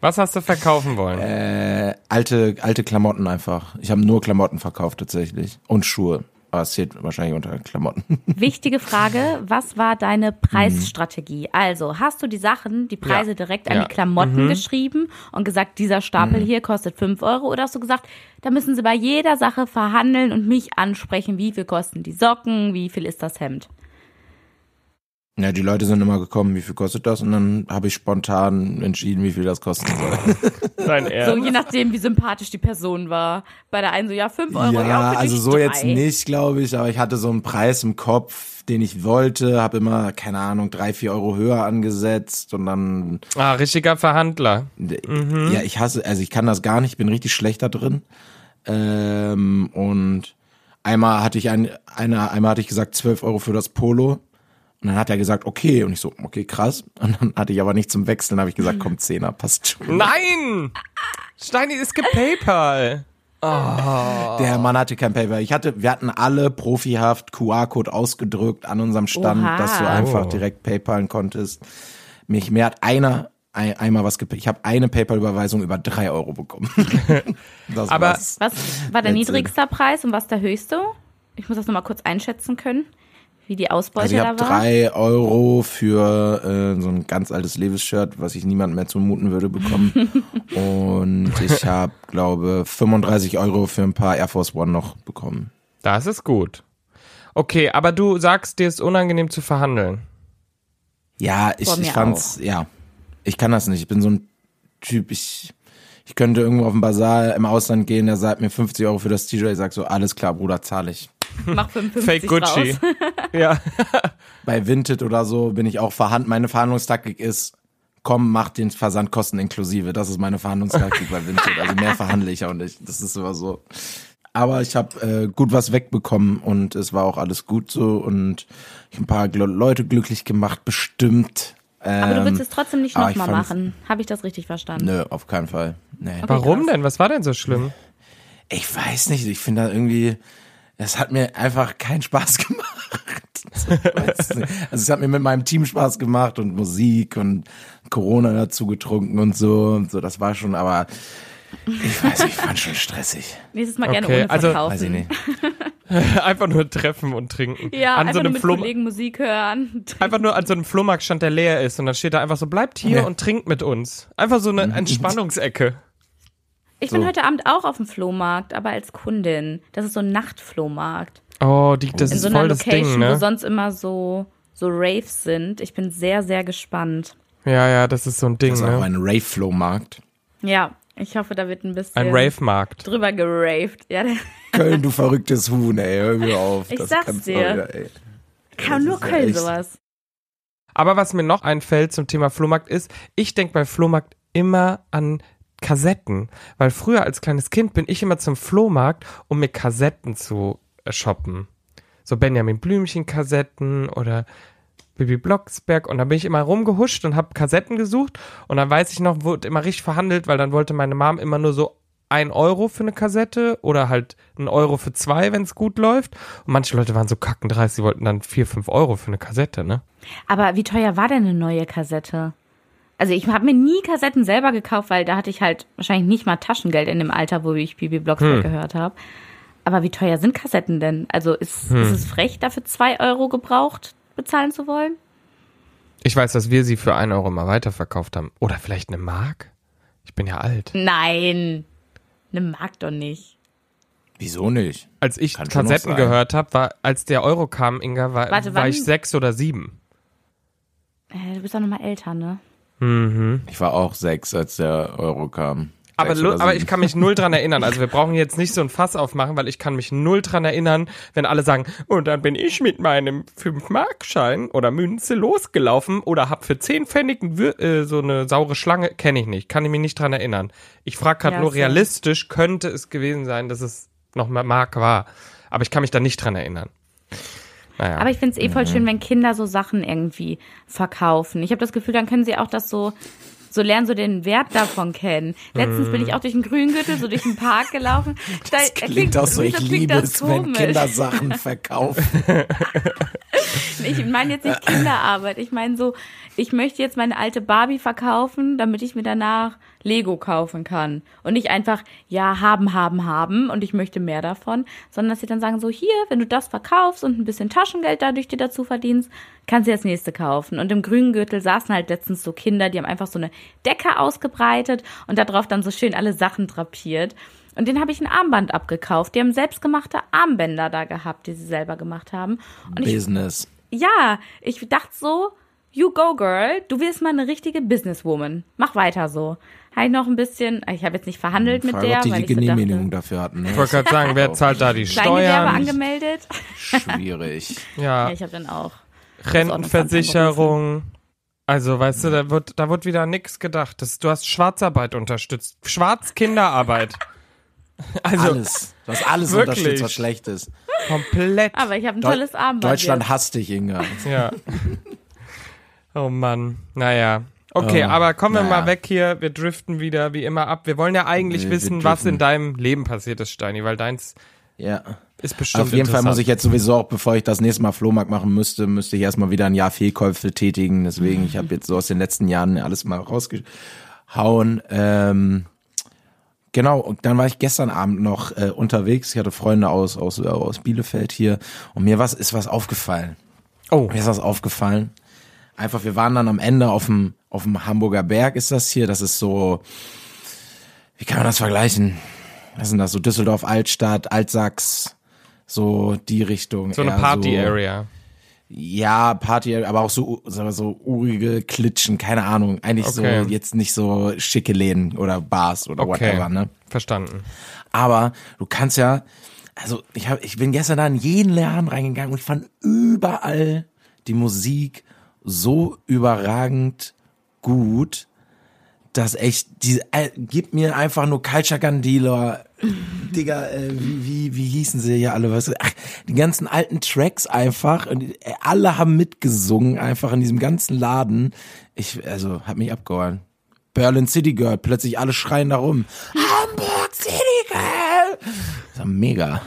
[SPEAKER 3] was hast du verkaufen wollen?
[SPEAKER 1] ich. Alte, alte Klamotten einfach. Ich habe nur Klamotten verkauft tatsächlich. Und Schuhe. Aber es zählt wahrscheinlich unter Klamotten.
[SPEAKER 2] Wichtige
[SPEAKER 3] [laughs]
[SPEAKER 2] Frage, was war deine Preisstrategie? Also, hast du die Sachen, die Preise
[SPEAKER 3] Mhm. Ja.
[SPEAKER 2] direkt an
[SPEAKER 3] Ja. Mhm.
[SPEAKER 2] die Klamotten geschrieben und gesagt, dieser Stapel hier kostet 5 Euro? Oder hast du gesagt, da müssen sie bei jeder Sache verhandeln und mich ansprechen, wie viel kosten die Socken, wie viel ist das Hemd?
[SPEAKER 1] Ja, die Leute sind immer gekommen, wie viel kostet das? Und dann habe ich spontan entschieden, wie viel das kosten soll.
[SPEAKER 3] Dein
[SPEAKER 2] So,
[SPEAKER 3] Ernst?
[SPEAKER 2] je nachdem, wie sympathisch die Person war. Bei der einen so, ja, 5 Euro.
[SPEAKER 1] ja,
[SPEAKER 2] für
[SPEAKER 1] also
[SPEAKER 2] dich
[SPEAKER 1] so
[SPEAKER 2] drei.
[SPEAKER 1] jetzt nicht, glaube ich, aber ich hatte so einen Preis im Kopf, den ich wollte, habe immer, keine Ahnung, drei, vier Euro höher angesetzt und dann,
[SPEAKER 3] Ah, richtiger Verhandler.
[SPEAKER 2] Mhm.
[SPEAKER 1] ja, ich hasse, also ich kann das gar nicht, bin richtig schlecht da drin. Ähm, und einmal hatte ich ein, einer, einmal hatte ich gesagt, 12 Euro für das Polo. Und dann hat er gesagt, okay. Und ich so, okay, krass. Und dann hatte ich aber nicht zum Wechseln, habe ich gesagt, komm, Zehner, passt schon.
[SPEAKER 3] Nein! Steini, es gibt PayPal.
[SPEAKER 2] Oh.
[SPEAKER 1] Der Mann hatte kein Paper. Ich hatte, wir hatten alle profihaft QR-Code ausgedrückt an unserem Stand,
[SPEAKER 2] Oha.
[SPEAKER 1] dass du einfach direkt PayPalen konntest. Mich, mir hat einer ein, einmal was gep Ich habe eine PayPal-Überweisung über drei Euro bekommen. das
[SPEAKER 3] Aber-
[SPEAKER 1] war's.
[SPEAKER 2] Was war der
[SPEAKER 1] Letzte.
[SPEAKER 2] niedrigste Preis und was der höchste? Ich muss das nochmal kurz einschätzen können, wie die Ausbeute
[SPEAKER 1] Also ich habe
[SPEAKER 2] da war.
[SPEAKER 1] drei Euro für äh, so ein ganz altes Levis-Shirt, was ich niemandem mehr zumuten würde,
[SPEAKER 2] [laughs]
[SPEAKER 1] bekommen. Und ich habe, glaube, 35 Euro für ein paar Air Force One noch bekommen.
[SPEAKER 3] Das ist gut. Okay, aber du sagst, dir ist unangenehm zu verhandeln.
[SPEAKER 1] Ja, ich,
[SPEAKER 2] Boah, mir
[SPEAKER 1] ich fand's, ja. Ich kann das nicht. Ich bin so ein Typ, ich, ich könnte irgendwo auf dem Basar im Ausland gehen, der sagt mir 50 Euro für das T-Shirt. Ich sag so, alles klar, Bruder, zahle ich.
[SPEAKER 2] Mach 55
[SPEAKER 3] Fake Gucci.
[SPEAKER 2] Raus.
[SPEAKER 1] [laughs]
[SPEAKER 3] ja.
[SPEAKER 1] Bei Vinted oder so bin ich auch verhandelt. Meine Verhandlungstaktik ist, komm, mach den Versandkosten inklusive. Das ist meine Verhandlungstaktik bei Vinted. Also mehr verhandle ich auch nicht. Das ist immer so. Aber ich habe äh, gut was wegbekommen und es war auch alles gut so und ich hab ein paar Gl- Leute glücklich gemacht, bestimmt.
[SPEAKER 2] Aber du willst
[SPEAKER 1] Ähm,
[SPEAKER 2] es trotzdem nicht
[SPEAKER 1] aber ich
[SPEAKER 2] nochmal
[SPEAKER 1] fand's-
[SPEAKER 2] machen. Habe ich das richtig verstanden?
[SPEAKER 1] Nö, auf keinen Fall. Nee.
[SPEAKER 3] Warum denn? Was war denn so schlimm?
[SPEAKER 1] Ich weiß nicht, ich finde da irgendwie, das hat mir einfach keinen Spaß [laughs] gemacht. Weiß nicht. also es hat mir mit meinem Team Spaß gemacht und Musik und Corona dazu getrunken und so und so. Das war schon, aber ich weiß, nicht, ich fand schon stressig.
[SPEAKER 2] Nächstes Mal gerne
[SPEAKER 3] Okay,
[SPEAKER 2] ohne
[SPEAKER 3] also-
[SPEAKER 2] verkaufen.
[SPEAKER 1] Weiß ich nicht.
[SPEAKER 3] einfach nur treffen und trinken.
[SPEAKER 2] Ja,
[SPEAKER 3] an
[SPEAKER 2] einfach
[SPEAKER 3] so einem
[SPEAKER 2] nur mit
[SPEAKER 3] Flohmarkt.
[SPEAKER 2] Kollegen Musik hören.
[SPEAKER 3] Einfach nur an so einem Flohmarkt stand, der leer ist und dann steht da einfach so, bleibt hier
[SPEAKER 1] Ja.
[SPEAKER 3] und trinkt mit uns. Einfach so eine Entspannungsecke.
[SPEAKER 2] Ich
[SPEAKER 1] So.
[SPEAKER 2] bin heute Abend auch auf dem Flohmarkt, aber als Kundin. Das ist so ein Nachtflohmarkt.
[SPEAKER 3] Oh, die, das
[SPEAKER 2] In
[SPEAKER 3] ist
[SPEAKER 2] so einer
[SPEAKER 3] voll das
[SPEAKER 2] Location,
[SPEAKER 3] Ding,
[SPEAKER 2] wo
[SPEAKER 3] ne?
[SPEAKER 2] sonst immer so, so Raves sind. Ich bin sehr, sehr gespannt.
[SPEAKER 3] Ja, ja, das ist so ein Ding,
[SPEAKER 1] Das ist auch
[SPEAKER 3] ne?
[SPEAKER 1] ein Rave-Flow-Markt.
[SPEAKER 2] Ja, ich hoffe, da wird ein bisschen
[SPEAKER 3] Ein Rave-Markt.
[SPEAKER 2] drüber geraved. Ja, der
[SPEAKER 1] Köln, du verrücktes Huhn, ey, hör mir auf.
[SPEAKER 2] Ich
[SPEAKER 1] Das
[SPEAKER 2] sag's
[SPEAKER 1] kannst du
[SPEAKER 2] dir.
[SPEAKER 1] auch wieder, ey.
[SPEAKER 2] kann nur
[SPEAKER 1] ist ja
[SPEAKER 2] Köln
[SPEAKER 1] echt-
[SPEAKER 2] sowas.
[SPEAKER 3] Aber was mir noch einfällt zum Thema Flohmarkt ist, ich denke bei Flohmarkt immer an Kassetten. Weil früher als kleines Kind bin ich immer zum Flohmarkt, um mir Kassetten zu äh, shoppen. So Benjamin Blümchen-Kassetten oder Bibi Blocksberg. Und dann bin ich immer rumgehuscht und habe Kassetten gesucht. Und dann weiß ich noch, wurde immer richtig verhandelt, weil dann wollte meine Mom immer nur so ein Euro für eine Kassette oder halt ein Euro für zwei, wenn es gut läuft. Und manche Leute waren so kacken dreist, die wollten dann vier, fünf Euro für eine Kassette, ne?
[SPEAKER 2] Aber wie teuer war denn eine neue Kassette? Also ich habe mir nie Kassetten selber gekauft, weil da hatte ich halt wahrscheinlich nicht mal Taschengeld in dem Alter, wo ich Bibi Blocksberg gehört habe. Aber wie teuer sind Kassetten denn? Also ist, ist es frech, dafür zwei Euro gebraucht bezahlen zu wollen?
[SPEAKER 3] Ich weiß, dass wir sie für 1 Euro mal weiterverkauft haben. Oder vielleicht eine Mark? Ich bin ja alt.
[SPEAKER 1] Hm.
[SPEAKER 2] Nein, ne mag doch nicht.
[SPEAKER 1] Wieso nicht?
[SPEAKER 3] Als ich
[SPEAKER 1] Kann schon noch
[SPEAKER 3] Kassetten
[SPEAKER 1] sein.
[SPEAKER 3] gehört habe, war, als der Euro kam, Inga, war,
[SPEAKER 2] Warte,
[SPEAKER 3] war
[SPEAKER 2] wann-
[SPEAKER 3] ich sechs oder sieben.
[SPEAKER 2] Äh, du bist doch nochmal älter, ne?
[SPEAKER 1] Ich war auch sechs, als der Euro kam.
[SPEAKER 3] Aber,
[SPEAKER 1] Sechs
[SPEAKER 3] lu-
[SPEAKER 1] oder
[SPEAKER 3] aber
[SPEAKER 1] sieben.
[SPEAKER 3] ich kann mich null dran erinnern. Also wir brauchen jetzt nicht so ein Fass aufmachen, weil ich kann mich null dran erinnern, wenn alle sagen, und dann bin ich mit meinem 5-Mark-Schein oder Münze losgelaufen oder hab für 10 Pfennig ein Wür- äh, so eine saure Schlange, kenne ich nicht, kann ich mich nicht dran erinnern. Ich frage gerade
[SPEAKER 2] Ja,
[SPEAKER 3] nur
[SPEAKER 2] same.
[SPEAKER 3] realistisch, könnte es gewesen sein, dass es noch mal Mark war. Aber ich kann mich da nicht dran erinnern. Naja.
[SPEAKER 2] Aber ich finde es eh voll
[SPEAKER 1] Mhm.
[SPEAKER 2] schön, wenn Kinder so Sachen irgendwie verkaufen. Ich habe das Gefühl, dann können sie auch das so, so lernen, so den Wert davon kennen. Letztens bin ich auch durch einen Grüngürtel, so durch den Park gelaufen. Da-
[SPEAKER 1] Mhm. Das klingt auch so, ich
[SPEAKER 2] Luisa, klingt
[SPEAKER 1] liebe
[SPEAKER 2] das
[SPEAKER 1] es, wenn
[SPEAKER 2] komisch.
[SPEAKER 1] Kinder
[SPEAKER 2] [laughs]
[SPEAKER 1] Sachen verkaufen.
[SPEAKER 2] Ich meine jetzt nicht Kinderarbeit. Ich meine so, ich möchte jetzt meine alte Barbie verkaufen, damit ich mir danach Lego kaufen kann. Und nicht einfach, ja, haben, haben, haben und ich möchte mehr davon, sondern dass sie dann sagen, so hier, wenn du das verkaufst und ein bisschen Taschengeld dadurch dir dazu verdienst, kannst du dir das nächste kaufen. Und im grünen Gürtel saßen halt letztens so Kinder, die haben einfach so eine Decke ausgebreitet und darauf dann so schön alle Sachen drapiert. Und den habe ich ein Armband abgekauft. Die haben selbstgemachte Armbänder da gehabt, die sie selber gemacht haben. Und ich
[SPEAKER 1] Business.
[SPEAKER 2] ja, ich dachte so, you go girl, du wirst mal eine richtige Businesswoman. Mach weiter so. Habe ich noch ein bisschen, ich habe jetzt nicht verhandelt mit
[SPEAKER 1] Hm, Frage,
[SPEAKER 2] der,
[SPEAKER 1] ob die
[SPEAKER 2] weil
[SPEAKER 1] die
[SPEAKER 2] ich so
[SPEAKER 1] Genehmigung
[SPEAKER 2] dachte,
[SPEAKER 1] dafür hatten.
[SPEAKER 3] ich wollte
[SPEAKER 1] Ne?
[SPEAKER 3] gerade sagen, wer zahlt da die
[SPEAKER 2] Kleingewerbe
[SPEAKER 3] Steuern?
[SPEAKER 2] angemeldet.
[SPEAKER 1] [laughs] Schwierig.
[SPEAKER 2] Ja,
[SPEAKER 3] Ja,
[SPEAKER 2] ich habe dann auch.
[SPEAKER 3] Rentenversicherung. Also, weißt du, da wird, da wird wieder nix gedacht. Das, du hast Schwarzarbeit unterstützt.
[SPEAKER 2] [laughs]
[SPEAKER 3] Schwarzkinderarbeit. Also,
[SPEAKER 1] Alles. Du hast alles
[SPEAKER 3] Wirklich?
[SPEAKER 1] unterstützt, was schlecht ist.
[SPEAKER 3] komplett.
[SPEAKER 2] Aber ich habe ein
[SPEAKER 1] Deu-
[SPEAKER 2] tolles Armband.
[SPEAKER 1] Deutschland
[SPEAKER 2] jetzt.
[SPEAKER 1] hasst dich, Inga.
[SPEAKER 3] Ja. Oh Mann. Naja. Okay,
[SPEAKER 1] Oh,
[SPEAKER 3] aber kommen wir
[SPEAKER 1] naja.
[SPEAKER 3] mal weg hier. Wir driften wieder wie immer ab. Wir wollen ja eigentlich
[SPEAKER 1] Wir- wir
[SPEAKER 3] wissen, was
[SPEAKER 1] driften.
[SPEAKER 3] in deinem Leben passiert ist, Steini, weil deins
[SPEAKER 1] Ja.
[SPEAKER 3] ist bestimmt.
[SPEAKER 1] Auf jeden Fall muss ich
[SPEAKER 3] Also interessant.
[SPEAKER 1] jetzt sowieso auch, bevor ich das nächste Mal Flohmarkt machen müsste, müsste ich erstmal wieder ein Jahr Fehlkäufe tätigen. Deswegen, ich habe jetzt so aus den letzten Jahren alles mal rausgehauen. Ähm, genau, und dann war ich gestern Abend noch äh, unterwegs. Ich hatte Freunde aus, aus, aus Bielefeld hier und mir was, ist was aufgefallen.
[SPEAKER 3] Oh,
[SPEAKER 1] Mir ist das aufgefallen. Einfach, wir waren dann am Ende auf dem, auf dem Hamburger Berg, ist das hier. Das ist so, wie kann man das vergleichen? Was sind das? So Düsseldorf, Altstadt, Altsachs, so die Richtung.
[SPEAKER 3] so eine
[SPEAKER 1] eher
[SPEAKER 3] Party-Area.
[SPEAKER 1] ja, Party, aber auch so, sagen wir so urige Klitschen, keine Ahnung. Eigentlich
[SPEAKER 3] Okay.
[SPEAKER 1] so, jetzt nicht so schicke Läden oder Bars oder
[SPEAKER 3] Okay.
[SPEAKER 1] whatever, ne?
[SPEAKER 3] Verstanden.
[SPEAKER 1] Aber du kannst ja, also ich hab, ich bin gestern da in jeden Laden reingegangen und ich fand überall die Musik so überragend gut, dass echt, die, äh, gib mir einfach nur Culture Candela, Digga, äh, wie, wie, wie hießen sie ja alle, was, ach, die ganzen alten Tracks einfach, und die- äh, alle haben mitgesungen einfach in diesem ganzen Laden. Ich, also, hab mich abgeholt. Berlin City Girl, plötzlich alle schreien da rum. Hamburg City Girl! ist ja mega.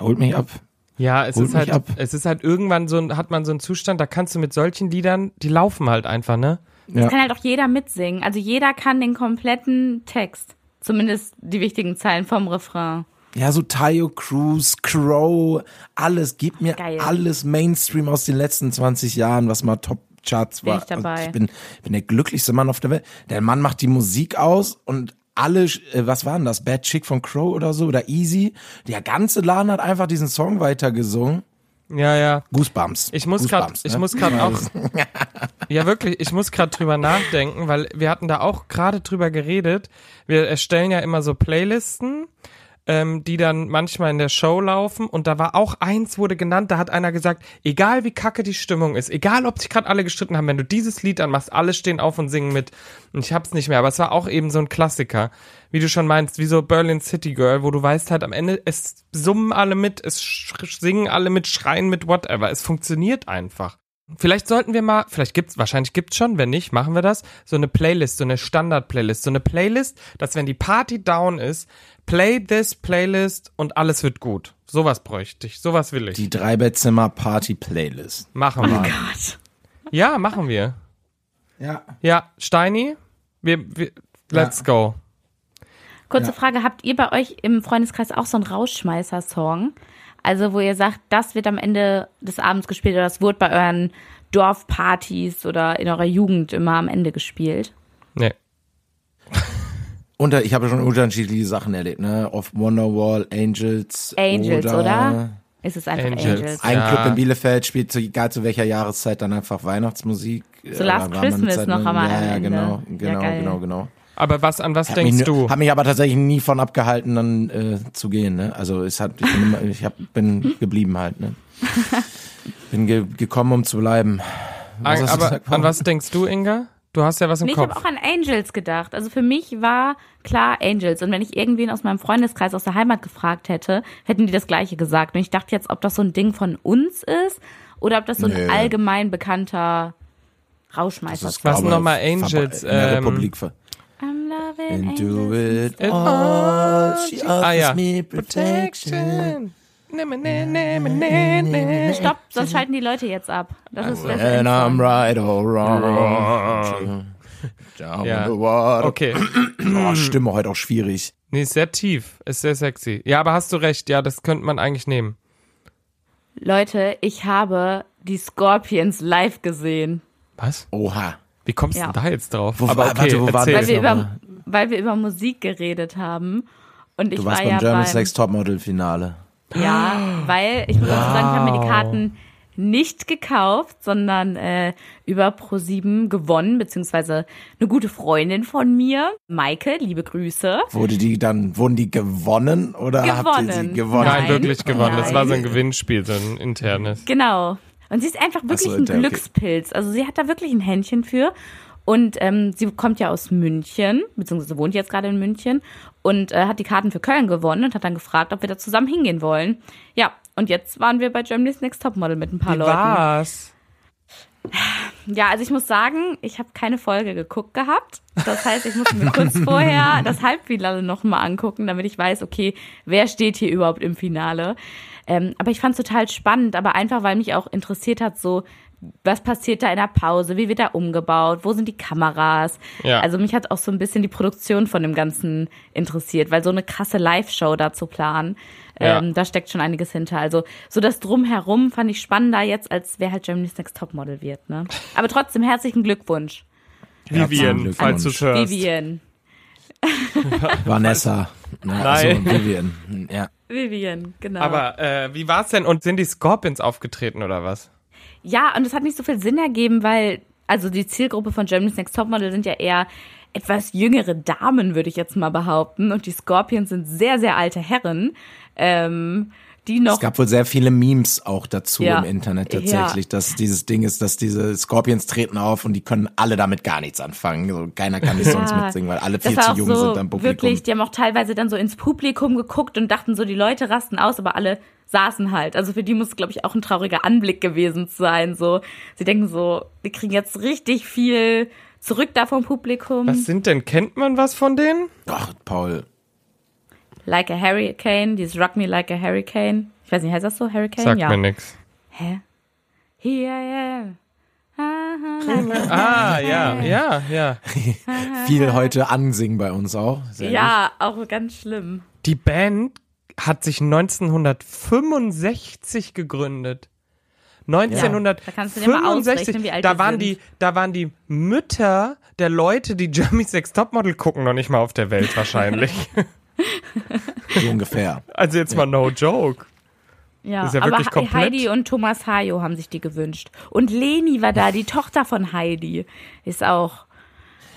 [SPEAKER 1] Holt mich ab.
[SPEAKER 3] Ja, es
[SPEAKER 1] Holt
[SPEAKER 3] ist
[SPEAKER 1] mich
[SPEAKER 3] halt,
[SPEAKER 1] ab.
[SPEAKER 3] es ist halt irgendwann so ein, hat man so einen Zustand, da kannst du mit solchen Liedern, die laufen halt einfach, ne?
[SPEAKER 1] Ja.
[SPEAKER 2] Kann halt auch jeder mitsingen. Also jeder kann den kompletten Text. Zumindest die wichtigen Zeilen vom Refrain.
[SPEAKER 1] ja, so Tayo Cruz, Crow, alles. Gib mir
[SPEAKER 2] Geil.
[SPEAKER 1] alles Mainstream aus den letzten 20 Jahren, was mal Top Charts
[SPEAKER 2] Bin
[SPEAKER 1] war.
[SPEAKER 2] ich dabei.
[SPEAKER 1] Und ich bin, bin der glücklichste Mann auf der Welt. Der Mann macht die Musik aus und alle, äh, was waren das? Bad Chick von Crow oder so oder Easy. Der ganze Laden hat einfach diesen Song weitergesungen.
[SPEAKER 3] Ja, ja.
[SPEAKER 1] Goosebumps.
[SPEAKER 3] Ich muss gerade,
[SPEAKER 1] Goosebumps,
[SPEAKER 3] ich
[SPEAKER 1] ne?
[SPEAKER 3] muss gerade auch, [laughs] ja wirklich, ich muss gerade drüber nachdenken, weil wir hatten da auch gerade drüber geredet. Wir erstellen ja immer so Playlisten, ähm, die dann manchmal in der Show laufen und da war auch eins wurde genannt, da hat einer gesagt, egal wie kacke die Stimmung ist, egal ob sich gerade alle gestritten haben, wenn du dieses Lied anmachst, alle stehen auf und singen mit. Und ich hab's nicht mehr, aber es war auch eben so ein Klassiker, wie du schon meinst, wie so Berlin City Girl, wo du weißt halt am Ende, es summen alle mit, es sch- singen alle mit, schreien mit, whatever, es funktioniert einfach. Vielleicht sollten wir mal, vielleicht gibt's, wahrscheinlich gibt's schon, wenn nicht, machen wir das, so eine Playlist, so eine Standard-Playlist, so eine Playlist, dass wenn die Party down ist, play this Playlist und alles wird gut. Sowas bräuchte ich, sowas will ich.
[SPEAKER 1] Die Oh Dreibettzimmer-Party-Playlist.
[SPEAKER 3] machen wir.
[SPEAKER 2] Oh Gott.
[SPEAKER 3] Ja, machen wir.
[SPEAKER 1] Ja.
[SPEAKER 3] Ja, Steini, wir, wir let's go.
[SPEAKER 2] Kurze
[SPEAKER 1] Ja.
[SPEAKER 2] Frage, habt ihr bei euch im Freundeskreis auch so einen Rausschmeißer-Song? Also wo ihr sagt, das wird am Ende des Abends gespielt oder das wurde bei euren Dorfpartys oder in eurer Jugend immer am Ende gespielt?
[SPEAKER 3] Nee.
[SPEAKER 1] Unter, äh, ich habe schon unterschiedliche Sachen erlebt, ne? Auf Wonderwall, Angels.
[SPEAKER 2] Angels, oder?
[SPEAKER 1] oder?
[SPEAKER 2] Ist es einfach
[SPEAKER 3] Angels.
[SPEAKER 2] Angels?
[SPEAKER 1] Ein
[SPEAKER 3] Ja.
[SPEAKER 1] Club in Bielefeld spielt, zu, egal zu welcher Jahreszeit, dann einfach Weihnachtsmusik. äh,
[SPEAKER 2] So Last
[SPEAKER 1] oder war man eine
[SPEAKER 2] Christmas
[SPEAKER 1] Zeit
[SPEAKER 2] noch
[SPEAKER 1] lang-
[SPEAKER 2] am
[SPEAKER 1] Ja, ja,
[SPEAKER 2] Ende.
[SPEAKER 1] genau,
[SPEAKER 2] Ja,
[SPEAKER 1] genau,
[SPEAKER 2] geil.
[SPEAKER 1] genau, genau.
[SPEAKER 3] Aber was, an was
[SPEAKER 1] Hat
[SPEAKER 3] denkst
[SPEAKER 1] mich,
[SPEAKER 3] du?
[SPEAKER 1] Hat mich aber tatsächlich nie von abgehalten, dann äh, zu gehen, ne? Also es hat, ich bin, immer, ich hab,
[SPEAKER 2] [laughs]
[SPEAKER 1] bin geblieben halt, ne? Bin ge gekommen, um zu bleiben.
[SPEAKER 3] An,
[SPEAKER 1] hast du
[SPEAKER 3] aber
[SPEAKER 1] gesagt,
[SPEAKER 3] an was denkst du, Inga? Du hast ja was im
[SPEAKER 2] Nee, ich habe
[SPEAKER 3] Kopf.
[SPEAKER 2] auch an Angels gedacht. Also für mich war klar Angels. Und wenn ich irgendwen aus meinem Freundeskreis aus der Heimat gefragt hätte, hätten die das Gleiche gesagt. Und ich dachte jetzt, ob das so ein Ding von uns ist oder ob das so ein
[SPEAKER 1] Nö.
[SPEAKER 2] allgemein bekannter Rauschmeißer ist.
[SPEAKER 3] Was
[SPEAKER 1] glaube,
[SPEAKER 3] noch mal
[SPEAKER 1] ver-
[SPEAKER 3] Angels,
[SPEAKER 1] In der
[SPEAKER 3] ähm,
[SPEAKER 1] Republik. ver-
[SPEAKER 2] I'm loving
[SPEAKER 1] And
[SPEAKER 2] Angels.
[SPEAKER 1] do it
[SPEAKER 3] It
[SPEAKER 1] all. She offers
[SPEAKER 3] Ah, ja.
[SPEAKER 1] me protection.
[SPEAKER 3] Nimm, nimm, nimm, nimm, nimm.
[SPEAKER 2] Stopp, sonst schalten die Leute jetzt ab. Das ist das
[SPEAKER 1] And I'm
[SPEAKER 2] Endsong.
[SPEAKER 1] right or
[SPEAKER 3] Wrong.
[SPEAKER 1] wrong. Down
[SPEAKER 3] Ja.
[SPEAKER 1] the water.
[SPEAKER 3] Okay.
[SPEAKER 1] Oh, Stimme heute auch schwierig.
[SPEAKER 3] Nee, ist sehr tief. Ist sehr sexy. Ja, aber hast du recht. Ja, das könnte man eigentlich nehmen.
[SPEAKER 2] Leute, ich habe die Scorpions live gesehen.
[SPEAKER 3] Was?
[SPEAKER 1] Oha.
[SPEAKER 3] Wie kommst du
[SPEAKER 2] Ja.
[SPEAKER 3] da jetzt drauf?
[SPEAKER 1] Wo-
[SPEAKER 3] aber okay,
[SPEAKER 1] warte, wo war
[SPEAKER 3] erzähl.
[SPEAKER 2] Weil wir,
[SPEAKER 1] nochmal.
[SPEAKER 2] über, weil wir über Musik geredet haben. Und ich
[SPEAKER 1] Du warst
[SPEAKER 2] war ja
[SPEAKER 1] beim German
[SPEAKER 2] beim,
[SPEAKER 1] Sex Topmodel Finale.
[SPEAKER 2] Ja, weil ich muss dazu sagen, ich habe mir die Karten nicht gekauft, sondern äh, über Pro7 gewonnen, beziehungsweise eine gute Freundin von mir, Maike, liebe Grüße.
[SPEAKER 1] Wurde die dann, wurden die gewonnen oder habt ihr sie
[SPEAKER 2] Gewonnen.
[SPEAKER 1] gewonnen?
[SPEAKER 3] Nein,
[SPEAKER 2] Nein,
[SPEAKER 3] wirklich gewonnen. Das war so ein
[SPEAKER 1] nein.
[SPEAKER 3] Gewinnspiel, so ein internes.
[SPEAKER 2] Genau. Und sie ist einfach wirklich
[SPEAKER 1] so,
[SPEAKER 2] ein
[SPEAKER 1] okay.
[SPEAKER 2] Glückspilz. Also sie hat da wirklich ein Händchen für. Und ähm, sie kommt ja aus München, beziehungsweise wohnt jetzt gerade in München und äh, hat die Karten für Köln gewonnen und hat dann gefragt, ob wir da zusammen hingehen wollen. Ja, und jetzt waren wir bei Germany's Next Topmodel mit ein paar Leuten.
[SPEAKER 3] Was?
[SPEAKER 2] Ja, also ich muss sagen, ich habe keine Folge geguckt gehabt. Das heißt, ich musste mir kurz vorher das Halbfinale nochmal angucken, damit ich weiß, okay, wer steht hier überhaupt im Finale. Ähm, aber ich fand's total spannend, aber einfach, weil mich auch interessiert hat, so, was passiert da in der Pause, wie wird da umgebaut, wo sind die Kameras.
[SPEAKER 3] Ja.
[SPEAKER 2] Also mich hat auch so ein bisschen die Produktion von dem Ganzen interessiert, weil so eine krasse Live-Show da zu planen,
[SPEAKER 3] Ja.
[SPEAKER 2] ähm, da steckt schon einiges hinter. Also so das Drumherum fand ich spannender jetzt, als wer halt Germany's Next Topmodel wird. Ne? Aber trotzdem herzlichen Glückwunsch,
[SPEAKER 3] Vivian,
[SPEAKER 1] Glückwunsch.
[SPEAKER 3] falls du hörst.
[SPEAKER 2] Vivian.
[SPEAKER 1] Vanessa. Na,
[SPEAKER 3] Nein.
[SPEAKER 1] Also Vivian. Ja.
[SPEAKER 2] Vivian, genau.
[SPEAKER 3] Aber äh, wie war's denn? Und sind die Scorpions aufgetreten oder was?
[SPEAKER 2] Ja, und es hat nicht so viel Sinn ergeben, weil, also die Zielgruppe von Germany's Next Topmodel sind ja eher etwas jüngere Damen, würde ich jetzt mal behaupten. Und die Scorpions sind sehr, sehr alte Herren, ähm, die noch.
[SPEAKER 1] Es gab wohl sehr viele Memes auch dazu
[SPEAKER 2] Ja.
[SPEAKER 1] im Internet tatsächlich, dass dieses Ding ist, dass diese Scorpions treten auf und die können alle damit gar nichts anfangen. So, keiner kann die Songs
[SPEAKER 2] Ja.
[SPEAKER 1] mitsingen, weil alle
[SPEAKER 2] das
[SPEAKER 1] viel
[SPEAKER 2] war
[SPEAKER 1] zu
[SPEAKER 2] auch
[SPEAKER 1] jung
[SPEAKER 2] so
[SPEAKER 1] sind am Publikum.
[SPEAKER 2] wirklich, die haben auch teilweise dann so ins Publikum geguckt und dachten so, die Leute rasten aus, aber alle saßen halt. Also für die muss, glaube ich, auch ein trauriger Anblick gewesen sein. So, sie denken so, wir kriegen jetzt richtig viel zurück da vom Publikum.
[SPEAKER 3] Was sind denn? Kennt man was von denen?
[SPEAKER 1] Doch, Paul.
[SPEAKER 2] Like a Hurricane, dieses Rock Me Like a Hurricane. Ich weiß nicht, heißt das so? Hurricane?
[SPEAKER 3] Sagt
[SPEAKER 2] ja. [laughs]
[SPEAKER 3] mir nix.
[SPEAKER 2] Hä? Here I am. Ah, ah, like a-
[SPEAKER 3] Ah, ja, ja, ja.
[SPEAKER 2] [laughs]
[SPEAKER 1] Viel heute ansingen bei uns auch. Sehr
[SPEAKER 2] ja, auch ganz schlimm.
[SPEAKER 3] Die Band hat sich 1965 gegründet. 1965,
[SPEAKER 2] Da kannst du dir mal ausrechnen, wie alt
[SPEAKER 3] da
[SPEAKER 2] wir
[SPEAKER 3] waren
[SPEAKER 2] sind.
[SPEAKER 3] die, da waren die Mütter der Leute, die Jeremy's Sex Topmodel gucken, noch nicht mal auf
[SPEAKER 2] [laughs]
[SPEAKER 3] der Welt wahrscheinlich.
[SPEAKER 1] gut, so ungefähr.
[SPEAKER 3] also jetzt mal no joke.
[SPEAKER 2] Ja,
[SPEAKER 3] Ist ja
[SPEAKER 2] aber
[SPEAKER 3] wirklich
[SPEAKER 2] He-
[SPEAKER 3] komplett-
[SPEAKER 2] Heidi und Thomas Hayo haben sich die gewünscht. Und Leni war da, die Tochter von Heidi. Ist auch.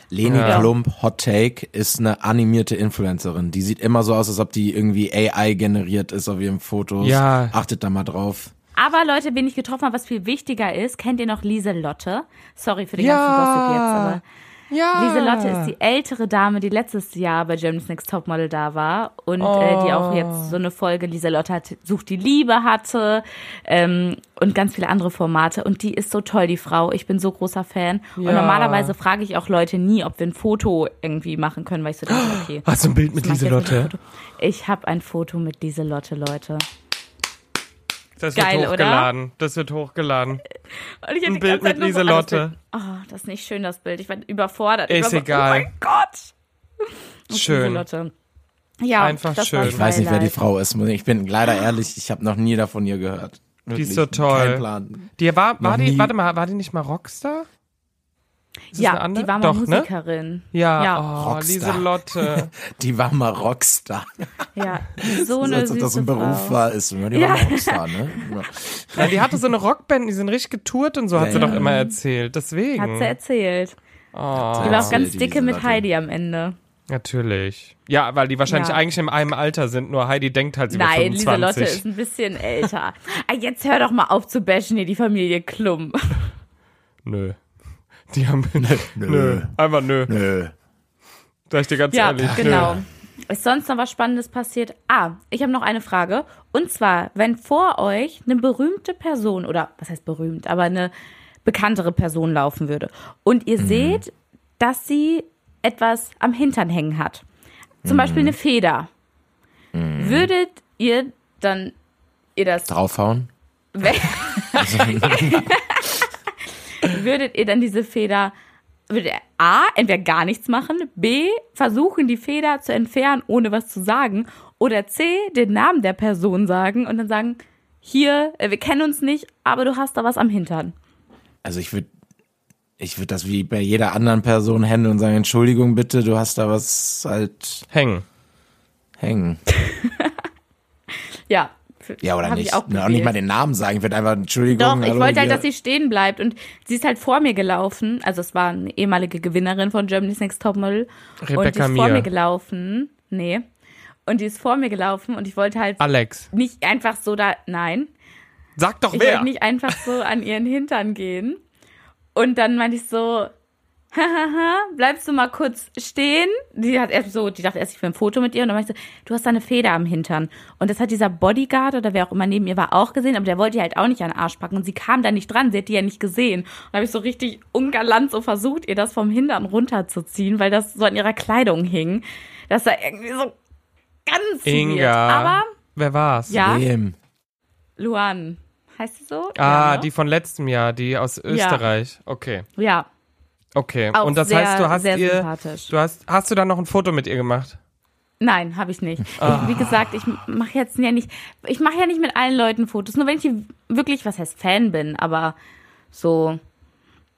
[SPEAKER 1] Leni
[SPEAKER 3] Ja.
[SPEAKER 1] Klump, Hot Take, ist eine animierte Influencerin. Die sieht immer so aus, als ob die irgendwie AI generiert ist auf ihren Fotos.
[SPEAKER 3] Ja.
[SPEAKER 1] Achtet da mal drauf.
[SPEAKER 2] Aber Leute, wen ich getroffen habe, was viel wichtiger ist, kennt ihr noch Lieselotte? Sorry für den
[SPEAKER 3] Ja.
[SPEAKER 2] ganzen Gossip
[SPEAKER 3] Ja.
[SPEAKER 2] jetzt, aber Lieselotte
[SPEAKER 3] Ah.
[SPEAKER 2] ist die ältere Dame, die letztes Jahr bei Germany's Next Topmodel da war und äh, die
[SPEAKER 3] Oh.
[SPEAKER 2] auch jetzt so eine Folge Lieselotte hat, sucht die Liebe hatte ähm, und ganz viele andere Formate und die ist so toll, die Frau. Ich bin so großer Fan und
[SPEAKER 3] Ja.
[SPEAKER 2] normalerweise frage ich auch Leute nie, ob wir ein Foto irgendwie machen können, weil ich so denke, okay.
[SPEAKER 3] Oh, Hast du ein Bild mit
[SPEAKER 2] mach ich jetzt ein
[SPEAKER 3] Lieselotte?
[SPEAKER 2] Foto. Ich habe ein Foto mit Lieselotte, Leute.
[SPEAKER 3] Das
[SPEAKER 2] Geil, oder?
[SPEAKER 3] wird
[SPEAKER 2] Äh,
[SPEAKER 3] hochgeladen. Das wird hochgeladen.
[SPEAKER 2] Und ich
[SPEAKER 3] Ein Bild mit Lieselotte.
[SPEAKER 2] Oh, das ist nicht schön, das Bild. Ich war überfordert.
[SPEAKER 3] Ist
[SPEAKER 2] ich war so,
[SPEAKER 3] egal.
[SPEAKER 2] Oh mein Gott. Und
[SPEAKER 3] Schön.
[SPEAKER 2] Lieselotte. Ja,
[SPEAKER 3] Einfach
[SPEAKER 2] das
[SPEAKER 3] schön.
[SPEAKER 2] war
[SPEAKER 3] Ich
[SPEAKER 1] Ich weiß nicht, wer die
[SPEAKER 2] Highlight.
[SPEAKER 1] Frau ist. Ich bin leider ehrlich, ich habe noch nie davon ihr gehört. Wirklich,
[SPEAKER 3] so toll.
[SPEAKER 1] Kein Plan.
[SPEAKER 3] Die war, war
[SPEAKER 1] Noch
[SPEAKER 3] die,
[SPEAKER 1] nie.
[SPEAKER 3] warte mal, war die nicht mal Rockstar? Ist das eine
[SPEAKER 2] Ja,
[SPEAKER 3] andere?
[SPEAKER 2] die war mal
[SPEAKER 3] Doch, ne?
[SPEAKER 2] Musikerin.
[SPEAKER 3] Ja,
[SPEAKER 2] Ja.
[SPEAKER 3] Oh,
[SPEAKER 1] Rockstar.
[SPEAKER 3] Lieselotte.
[SPEAKER 1] Die war mal Rockstar. Also
[SPEAKER 2] Ja,
[SPEAKER 1] [laughs]
[SPEAKER 2] so eine
[SPEAKER 1] als ob
[SPEAKER 2] süße
[SPEAKER 1] das ein Beruf
[SPEAKER 2] Frau.
[SPEAKER 1] war, ist. Die war
[SPEAKER 2] Ja.
[SPEAKER 1] mal Rockstar,
[SPEAKER 2] [laughs]
[SPEAKER 1] ne?
[SPEAKER 3] Ja, die hatte so eine Rockband, die sind richtig getourt und so, hat
[SPEAKER 1] Ja,
[SPEAKER 3] sie
[SPEAKER 1] ja.
[SPEAKER 3] doch immer erzählt. Deswegen.
[SPEAKER 2] Hat sie erzählt.
[SPEAKER 3] oh,
[SPEAKER 2] Die war auch ganz
[SPEAKER 1] die
[SPEAKER 2] dicke mit
[SPEAKER 1] Lieselotte.
[SPEAKER 2] Heidi am Ende.
[SPEAKER 3] natürlich. Ja, weil die wahrscheinlich
[SPEAKER 2] Ja.
[SPEAKER 3] eigentlich in einem Alter sind, nur Heidi denkt halt, sie
[SPEAKER 2] Nein,
[SPEAKER 3] war
[SPEAKER 2] Lieselotte
[SPEAKER 3] 25.
[SPEAKER 2] ist ein bisschen älter. ah, jetzt hör doch mal auf zu bashen hier die Familie Klum.
[SPEAKER 3] Nö. Die haben. Nö.
[SPEAKER 1] Nö.
[SPEAKER 3] Einfach nö.
[SPEAKER 1] Nö.
[SPEAKER 3] Sag ich dir ganz
[SPEAKER 2] Ja,
[SPEAKER 3] ehrlich.
[SPEAKER 2] genau.
[SPEAKER 3] Nö.
[SPEAKER 2] Ist sonst noch was Spannendes passiert? Ah, ich habe noch eine Frage. Und zwar, wenn vor euch eine berühmte Person oder was heißt berühmt, aber eine bekanntere Person laufen würde und
[SPEAKER 3] Mhm.
[SPEAKER 2] ihr seht, dass sie etwas am Hintern hängen hat, zum Beispiel
[SPEAKER 3] Mhm.
[SPEAKER 2] eine Feder, würdet ihr dann ihr das
[SPEAKER 1] Draufhauen?
[SPEAKER 2] weg?
[SPEAKER 1] Also, [laughs]
[SPEAKER 2] würdet ihr dann diese Feder, würdet ihr A, entweder gar nichts machen, B, versuchen, die Feder zu entfernen, ohne was zu sagen, oder C, den Namen der Person sagen und dann sagen, hier, äh, wir kennen uns nicht, aber du hast da was am Hintern.
[SPEAKER 1] Also ich würde ich würde das wie bei jeder anderen Person handeln und sagen, Entschuldigung bitte, du hast da was halt
[SPEAKER 3] Hängen.
[SPEAKER 1] hängen.
[SPEAKER 2] Ja. für-
[SPEAKER 1] Ja, oder
[SPEAKER 2] hab
[SPEAKER 1] nicht?
[SPEAKER 2] Ich auch,
[SPEAKER 1] Na, auch nicht mal
[SPEAKER 2] gewählt.
[SPEAKER 1] den Namen sagen. Ich würde einfach Entschuldigung.
[SPEAKER 2] Doch, ich
[SPEAKER 1] hallo,
[SPEAKER 2] wollte halt,
[SPEAKER 1] hier.
[SPEAKER 2] dass sie stehen bleibt und sie ist halt vor mir gelaufen. Also es war eine ehemalige Gewinnerin von Germany's Next Topmodel. und die
[SPEAKER 3] Rebecca
[SPEAKER 2] ist vor
[SPEAKER 3] Mir.
[SPEAKER 2] mir gelaufen. Nee. Und die ist vor mir gelaufen und ich wollte halt
[SPEAKER 3] Alex. nicht.
[SPEAKER 2] nicht einfach so da, nein,
[SPEAKER 3] Sag doch
[SPEAKER 2] ich
[SPEAKER 3] wer.
[SPEAKER 2] wollte nicht einfach so an ihren Hintern gehen. Und dann meinte ich so, [laughs] hahaha, bleibst du mal kurz stehen? Die hat erst so, die dachte erst, ich will ein Foto mit ihr. Und dann meinte ich so, du hast da eine Feder am Hintern. Und das hat dieser Bodyguard oder wer auch immer neben ihr war auch gesehen, aber der wollte ihr halt auch nicht an den Arsch packen. Und sie kam da nicht dran, sie hat die ja nicht gesehen. Und dann habe ich so richtig ungalant so versucht, ihr das vom Hintern runterzuziehen, weil das so an ihrer Kleidung hing. Das war irgendwie so ganz weird.
[SPEAKER 3] Inga.
[SPEAKER 2] Aber,
[SPEAKER 3] wer war's?
[SPEAKER 2] ja.
[SPEAKER 1] Wem?
[SPEAKER 2] Luan. Heißt sie so?
[SPEAKER 3] Ah,
[SPEAKER 2] ja, ne?
[SPEAKER 3] die von letztem Jahr, die aus Österreich. Okay.
[SPEAKER 2] Ja,
[SPEAKER 3] Okay.
[SPEAKER 2] auch
[SPEAKER 3] und das
[SPEAKER 2] sehr,
[SPEAKER 3] heißt, du hast
[SPEAKER 2] sehr
[SPEAKER 3] ihr.
[SPEAKER 2] sympathisch.
[SPEAKER 3] Du hast, hast du dann noch ein Foto mit ihr gemacht?
[SPEAKER 2] Nein, habe ich nicht. Ich, wie gesagt, ich mache jetzt ja nicht, ich mache ja nicht mit allen Leuten Fotos, nur wenn ich wirklich, was heißt Fan bin, aber so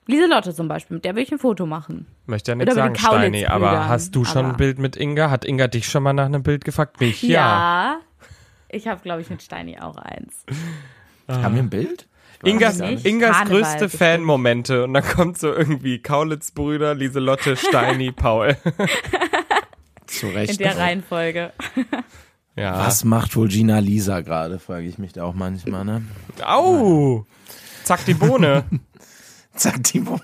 [SPEAKER 2] Lieselotte zum Beispiel, mit der will ich ein Foto machen.
[SPEAKER 3] Möchte ja nichts
[SPEAKER 2] Oder
[SPEAKER 3] sagen,
[SPEAKER 2] mit den Kaulitz-Brüdern,
[SPEAKER 3] Steini, aber hast du schon
[SPEAKER 2] aber-
[SPEAKER 3] ein Bild mit Inga? Hat Inga dich schon mal nach einem Bild gefragt? Mich, ja.
[SPEAKER 2] Ich habe, glaube ich, mit Steini auch eins.
[SPEAKER 1] Haben wir ein Bild?
[SPEAKER 3] Ingas,
[SPEAKER 2] Weiß ich nicht.
[SPEAKER 3] Ingas
[SPEAKER 2] Karneval
[SPEAKER 3] größte
[SPEAKER 2] bestimmt.
[SPEAKER 3] Fan-Momente und dann kommt so irgendwie Kaulitz-Brüder,
[SPEAKER 2] [laughs]
[SPEAKER 3] Lieselotte, Steini, Paul.
[SPEAKER 1] Zu Recht.
[SPEAKER 2] In der Reihenfolge.
[SPEAKER 3] Ja.
[SPEAKER 1] Was macht wohl Gina Lisa gerade, frage ich mich da auch manchmal, ne?
[SPEAKER 3] Au! Zack, die Bohne.
[SPEAKER 1] Zack, die Wunde.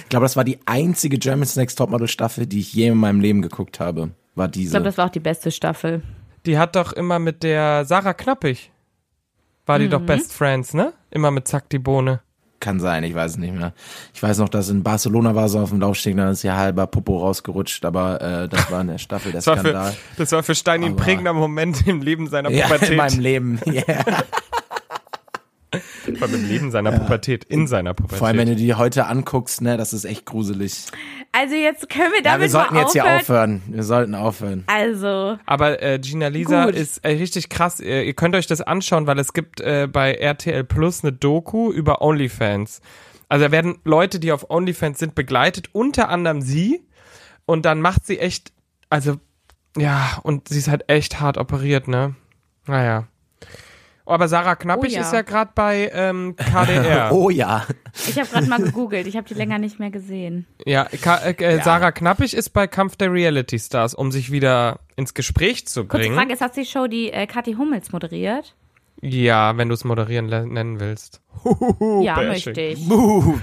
[SPEAKER 1] Ich glaube, das war die einzige Germany's Next Topmodel Staffel, die ich je in meinem Leben geguckt habe. War
[SPEAKER 2] Ich
[SPEAKER 1] diese.
[SPEAKER 2] glaube, das war auch die beste Staffel.
[SPEAKER 3] die hat doch immer mit
[SPEAKER 2] Mhm.
[SPEAKER 3] der Sarah Knappig. War die doch Best Friends, ne? Immer mit Zack, die Bohne.
[SPEAKER 1] Kann sein, ich weiß es nicht mehr. Ich weiß noch, dass in Barcelona war so auf dem Laufsteg, dann ist ja halber Popo rausgerutscht, aber äh, das war in der Staffel der
[SPEAKER 3] Das war,
[SPEAKER 1] Skandal.
[SPEAKER 3] für, das war für Stein ein
[SPEAKER 1] Aber-
[SPEAKER 3] prägender Moment im Leben
[SPEAKER 1] [laughs]
[SPEAKER 3] seiner
[SPEAKER 1] ja,
[SPEAKER 3] Pubertät.
[SPEAKER 1] in meinem
[SPEAKER 3] [laughs]
[SPEAKER 1] Leben. Ja.
[SPEAKER 3] Vor allem im Leben seiner Pubertät, in seiner Pubertät.
[SPEAKER 1] Vor allem, wenn du die heute anguckst, ne, das ist echt gruselig.
[SPEAKER 2] Also jetzt können wir
[SPEAKER 1] Ja, wir
[SPEAKER 2] damit
[SPEAKER 1] sollten
[SPEAKER 2] mal
[SPEAKER 1] jetzt hier
[SPEAKER 2] aufhören.
[SPEAKER 1] aufhören. Wir sollten aufhören.
[SPEAKER 2] Also,
[SPEAKER 3] Aber äh, Gina Lisa
[SPEAKER 2] Gut.
[SPEAKER 3] ist äh, richtig krass. Ihr, ihr könnt euch das anschauen, weil es gibt äh, bei RTL Plus eine Doku über OnlyFans. Also da werden Leute, die auf OnlyFans sind, begleitet, unter anderem sie. Und dann macht sie echt, also ja, und sie ist halt echt hart operiert, ne? Naja. Aber Sarah Knappig
[SPEAKER 2] Oh ja.
[SPEAKER 3] ist ja gerade bei
[SPEAKER 1] [laughs]
[SPEAKER 3] ähm, KDR.
[SPEAKER 1] Oh ja.
[SPEAKER 2] ich habe gerade mal gegoogelt. Ich habe die länger nicht mehr gesehen.
[SPEAKER 3] Ja, Ka äh, äh,
[SPEAKER 1] Ja.
[SPEAKER 3] Sarah Knappig ist bei Kampf der Reality Stars, um sich wieder ins Gespräch zu
[SPEAKER 2] Kurze
[SPEAKER 3] bringen.
[SPEAKER 2] Frage, ist das die Show, die äh, Kathi Hummels moderiert?
[SPEAKER 3] Ja, wenn du es moderieren le- nennen willst.
[SPEAKER 2] ja,
[SPEAKER 3] sehr
[SPEAKER 2] möchte
[SPEAKER 3] schön.
[SPEAKER 2] ich.
[SPEAKER 1] Buh.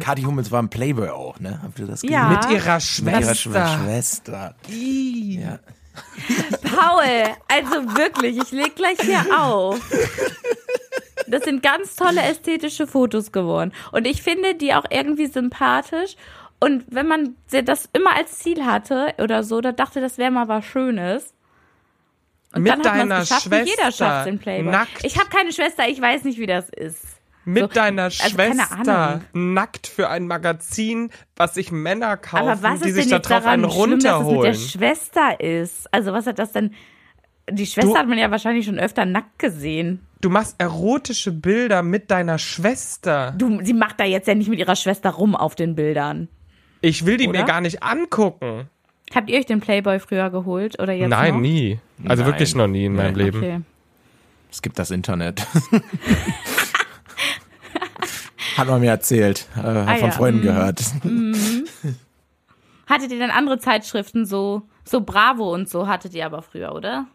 [SPEAKER 1] Kati Hummels war ein Playboy auch, ne? Habt ihr das
[SPEAKER 2] Ja.
[SPEAKER 1] gesehen?
[SPEAKER 2] Mit
[SPEAKER 3] ihrer
[SPEAKER 1] Mit ihrer Schw- Schwester. Ja.
[SPEAKER 2] Paul, also wirklich, ich leg gleich hier auf. Das sind ganz tolle ästhetische Fotos geworden. Und ich finde die auch irgendwie sympathisch. Und wenn man das immer als Ziel hatte oder so, da dachte, das wäre mal was Schönes. Und
[SPEAKER 3] Mit
[SPEAKER 2] dann hat man's
[SPEAKER 3] deiner
[SPEAKER 2] geschafft. Nicht
[SPEAKER 3] Schwester.
[SPEAKER 2] jeder schafft den Playboy.
[SPEAKER 3] Nackt.
[SPEAKER 2] Ich habe keine Schwester, ich weiß nicht, wie das ist.
[SPEAKER 3] Mit
[SPEAKER 2] So,
[SPEAKER 3] deiner
[SPEAKER 2] also keine
[SPEAKER 3] Schwester.
[SPEAKER 2] Ahnung.
[SPEAKER 3] Nackt für ein Magazin, was sich Männer kaufen,
[SPEAKER 2] Aber was
[SPEAKER 3] die
[SPEAKER 2] ist
[SPEAKER 3] sich
[SPEAKER 2] denn
[SPEAKER 3] da
[SPEAKER 2] jetzt
[SPEAKER 3] drauf einen
[SPEAKER 2] daran schlimm, dass es mit der
[SPEAKER 3] runterholen.
[SPEAKER 2] Schwester ist? Also was hat das denn? Die Schwester
[SPEAKER 3] Du-
[SPEAKER 2] hat man ja wahrscheinlich schon öfter nackt gesehen.
[SPEAKER 3] Du machst erotische Bilder mit deiner Schwester.
[SPEAKER 2] Du, sie macht da jetzt ja nicht mit ihrer Schwester rum auf den Bildern.
[SPEAKER 3] Ich will die mir
[SPEAKER 2] Oder?
[SPEAKER 3] gar nicht angucken.
[SPEAKER 2] Habt ihr euch den Playboy früher geholt oder jetzt
[SPEAKER 3] Nein,
[SPEAKER 2] noch?
[SPEAKER 3] nie. Also
[SPEAKER 1] Nein.
[SPEAKER 3] wirklich noch nie in meinem
[SPEAKER 1] Nein.
[SPEAKER 3] Leben.
[SPEAKER 2] Okay.
[SPEAKER 1] Es gibt das Internet. [laughs] Hat man mir erzählt, äh,
[SPEAKER 3] Ah,
[SPEAKER 1] hab von
[SPEAKER 2] ja.
[SPEAKER 3] Mhm.
[SPEAKER 1] Freunden gehört.
[SPEAKER 2] Hattet ihr denn andere Zeitschriften so so Bravo und so hattet ihr aber früher, oder?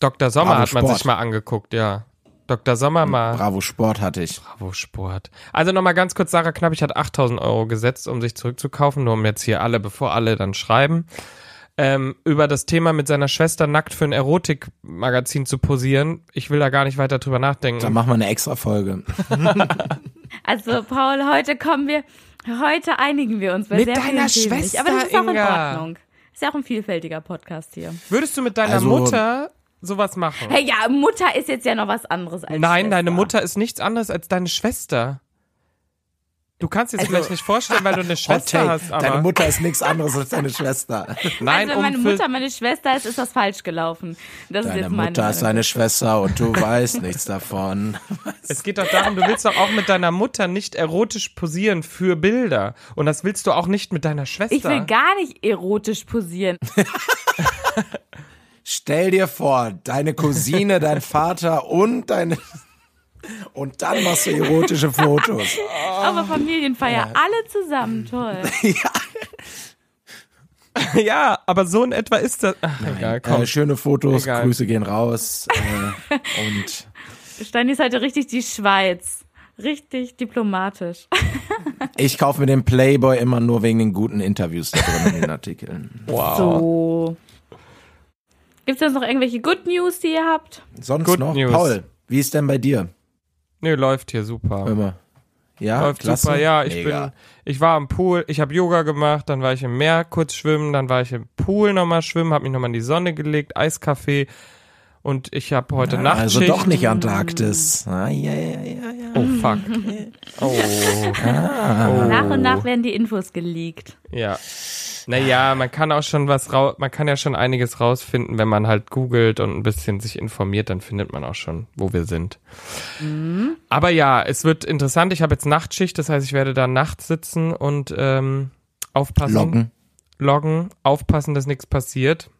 [SPEAKER 3] Dr. Sommer
[SPEAKER 1] Bravo
[SPEAKER 3] hat man
[SPEAKER 1] Sport.
[SPEAKER 3] sich mal angeguckt, ja. Dr. Sommer mal.
[SPEAKER 1] Bravo Sport hatte ich.
[SPEAKER 3] Bravo Sport. Also nochmal ganz kurz, Sarah Knappich hat 8000 Euro gesetzt, um sich zurückzukaufen, nur um jetzt hier alle, bevor alle dann schreiben, ähm, über das Thema mit seiner Schwester nackt für ein Erotikmagazin zu posieren. Ich will da gar nicht weiter drüber
[SPEAKER 1] Dann
[SPEAKER 3] nachdenken.
[SPEAKER 1] machen wir eine extra Folge.
[SPEAKER 3] Äh.
[SPEAKER 2] Also Paul, heute kommen wir heute einigen wir uns bei
[SPEAKER 3] Mit
[SPEAKER 2] sehr vielen
[SPEAKER 3] deiner
[SPEAKER 2] Themen nicht.
[SPEAKER 3] Schwester,
[SPEAKER 2] aber das ist auch
[SPEAKER 3] Inga.
[SPEAKER 2] in Ordnung. Ist ja auch ein vielfältiger Podcast hier.
[SPEAKER 3] Würdest du mit deiner
[SPEAKER 1] Also-
[SPEAKER 3] Mutter sowas machen?
[SPEAKER 2] Hey, ja, Mutter ist jetzt ja noch was anderes als
[SPEAKER 3] Nein,
[SPEAKER 2] Schwester.
[SPEAKER 3] deine Mutter ist nichts anderes als deine Schwester. Du kannst dir das vielleicht nicht vorstellen, weil du eine
[SPEAKER 1] Hot
[SPEAKER 3] Schwester
[SPEAKER 1] Take.
[SPEAKER 3] hast, aber
[SPEAKER 1] Also- Oh, Deine Mutter ist nichts anderes als deine
[SPEAKER 3] [laughs]
[SPEAKER 1] Schwester.
[SPEAKER 3] nein,
[SPEAKER 2] also, wenn
[SPEAKER 3] um
[SPEAKER 2] meine
[SPEAKER 3] für-
[SPEAKER 2] Mutter meine Schwester ist, ist das falsch gelaufen. Das ist
[SPEAKER 1] Deine
[SPEAKER 2] jetzt meine
[SPEAKER 1] Mutter ist deine Schwester und
[SPEAKER 3] [laughs]
[SPEAKER 1] du weißt nichts davon.
[SPEAKER 3] Es geht doch darum, du willst doch auch mit deiner Mutter nicht erotisch posieren für Bilder. Und das willst du auch nicht mit deiner Schwester.
[SPEAKER 2] Ich will gar nicht erotisch posieren.
[SPEAKER 1] Stell dir vor, deine Cousine, dein Vater und deine. [laughs] Und dann machst du erotische
[SPEAKER 3] [laughs]
[SPEAKER 1] Fotos.
[SPEAKER 2] Aber Familienfeier, alle zusammen, toll.
[SPEAKER 1] [laughs]
[SPEAKER 3] ja, aber so in etwa ist das. Ach, egal, komm.
[SPEAKER 1] Äh, schöne Fotos,
[SPEAKER 3] Egal.
[SPEAKER 1] Grüße gehen
[SPEAKER 3] [laughs]
[SPEAKER 1] raus. Äh, und
[SPEAKER 2] Steini ist heute richtig die Schweiz. Richtig diplomatisch.
[SPEAKER 1] ich kaufe mir den Playboy immer nur wegen den guten Interviews da drin in den
[SPEAKER 3] [laughs]
[SPEAKER 1] Artikeln.
[SPEAKER 3] wow.
[SPEAKER 2] So. Gibt es sonst noch irgendwelche Good News, die ihr habt?
[SPEAKER 1] Sonst
[SPEAKER 3] Good
[SPEAKER 1] noch,
[SPEAKER 3] News.
[SPEAKER 1] Paul, wie ist denn bei dir?
[SPEAKER 3] Nö, läuft hier super.
[SPEAKER 1] Immer. Ja,
[SPEAKER 3] Läuft
[SPEAKER 1] klasse.
[SPEAKER 3] super, ja. Ich
[SPEAKER 1] Mega.
[SPEAKER 3] bin, ich war im Pool, ich habe Yoga gemacht, dann war ich im Meer kurz schwimmen, dann war ich im Pool nochmal schwimmen, habe mich nochmal in die Sonne gelegt, Eiskaffee und ich habe heute Nacht.
[SPEAKER 1] Also doch nicht Antarktis. Ah, ja, ja, ja, ja.
[SPEAKER 3] Oh fuck. Oh. oh.
[SPEAKER 2] Nach und nach werden die Infos geleakt.
[SPEAKER 3] Ja. Naja, man kann auch schon was raus, man kann ja schon einiges rausfinden, wenn man halt googelt und ein bisschen sich informiert, dann findet man auch schon, wo wir sind. Aber ja, es wird interessant. Ich habe jetzt Nachtschicht, das heißt, ich werde da nachts sitzen und ähm, aufpassen.
[SPEAKER 1] Locken.
[SPEAKER 3] Loggen, aufpassen, dass nichts passiert.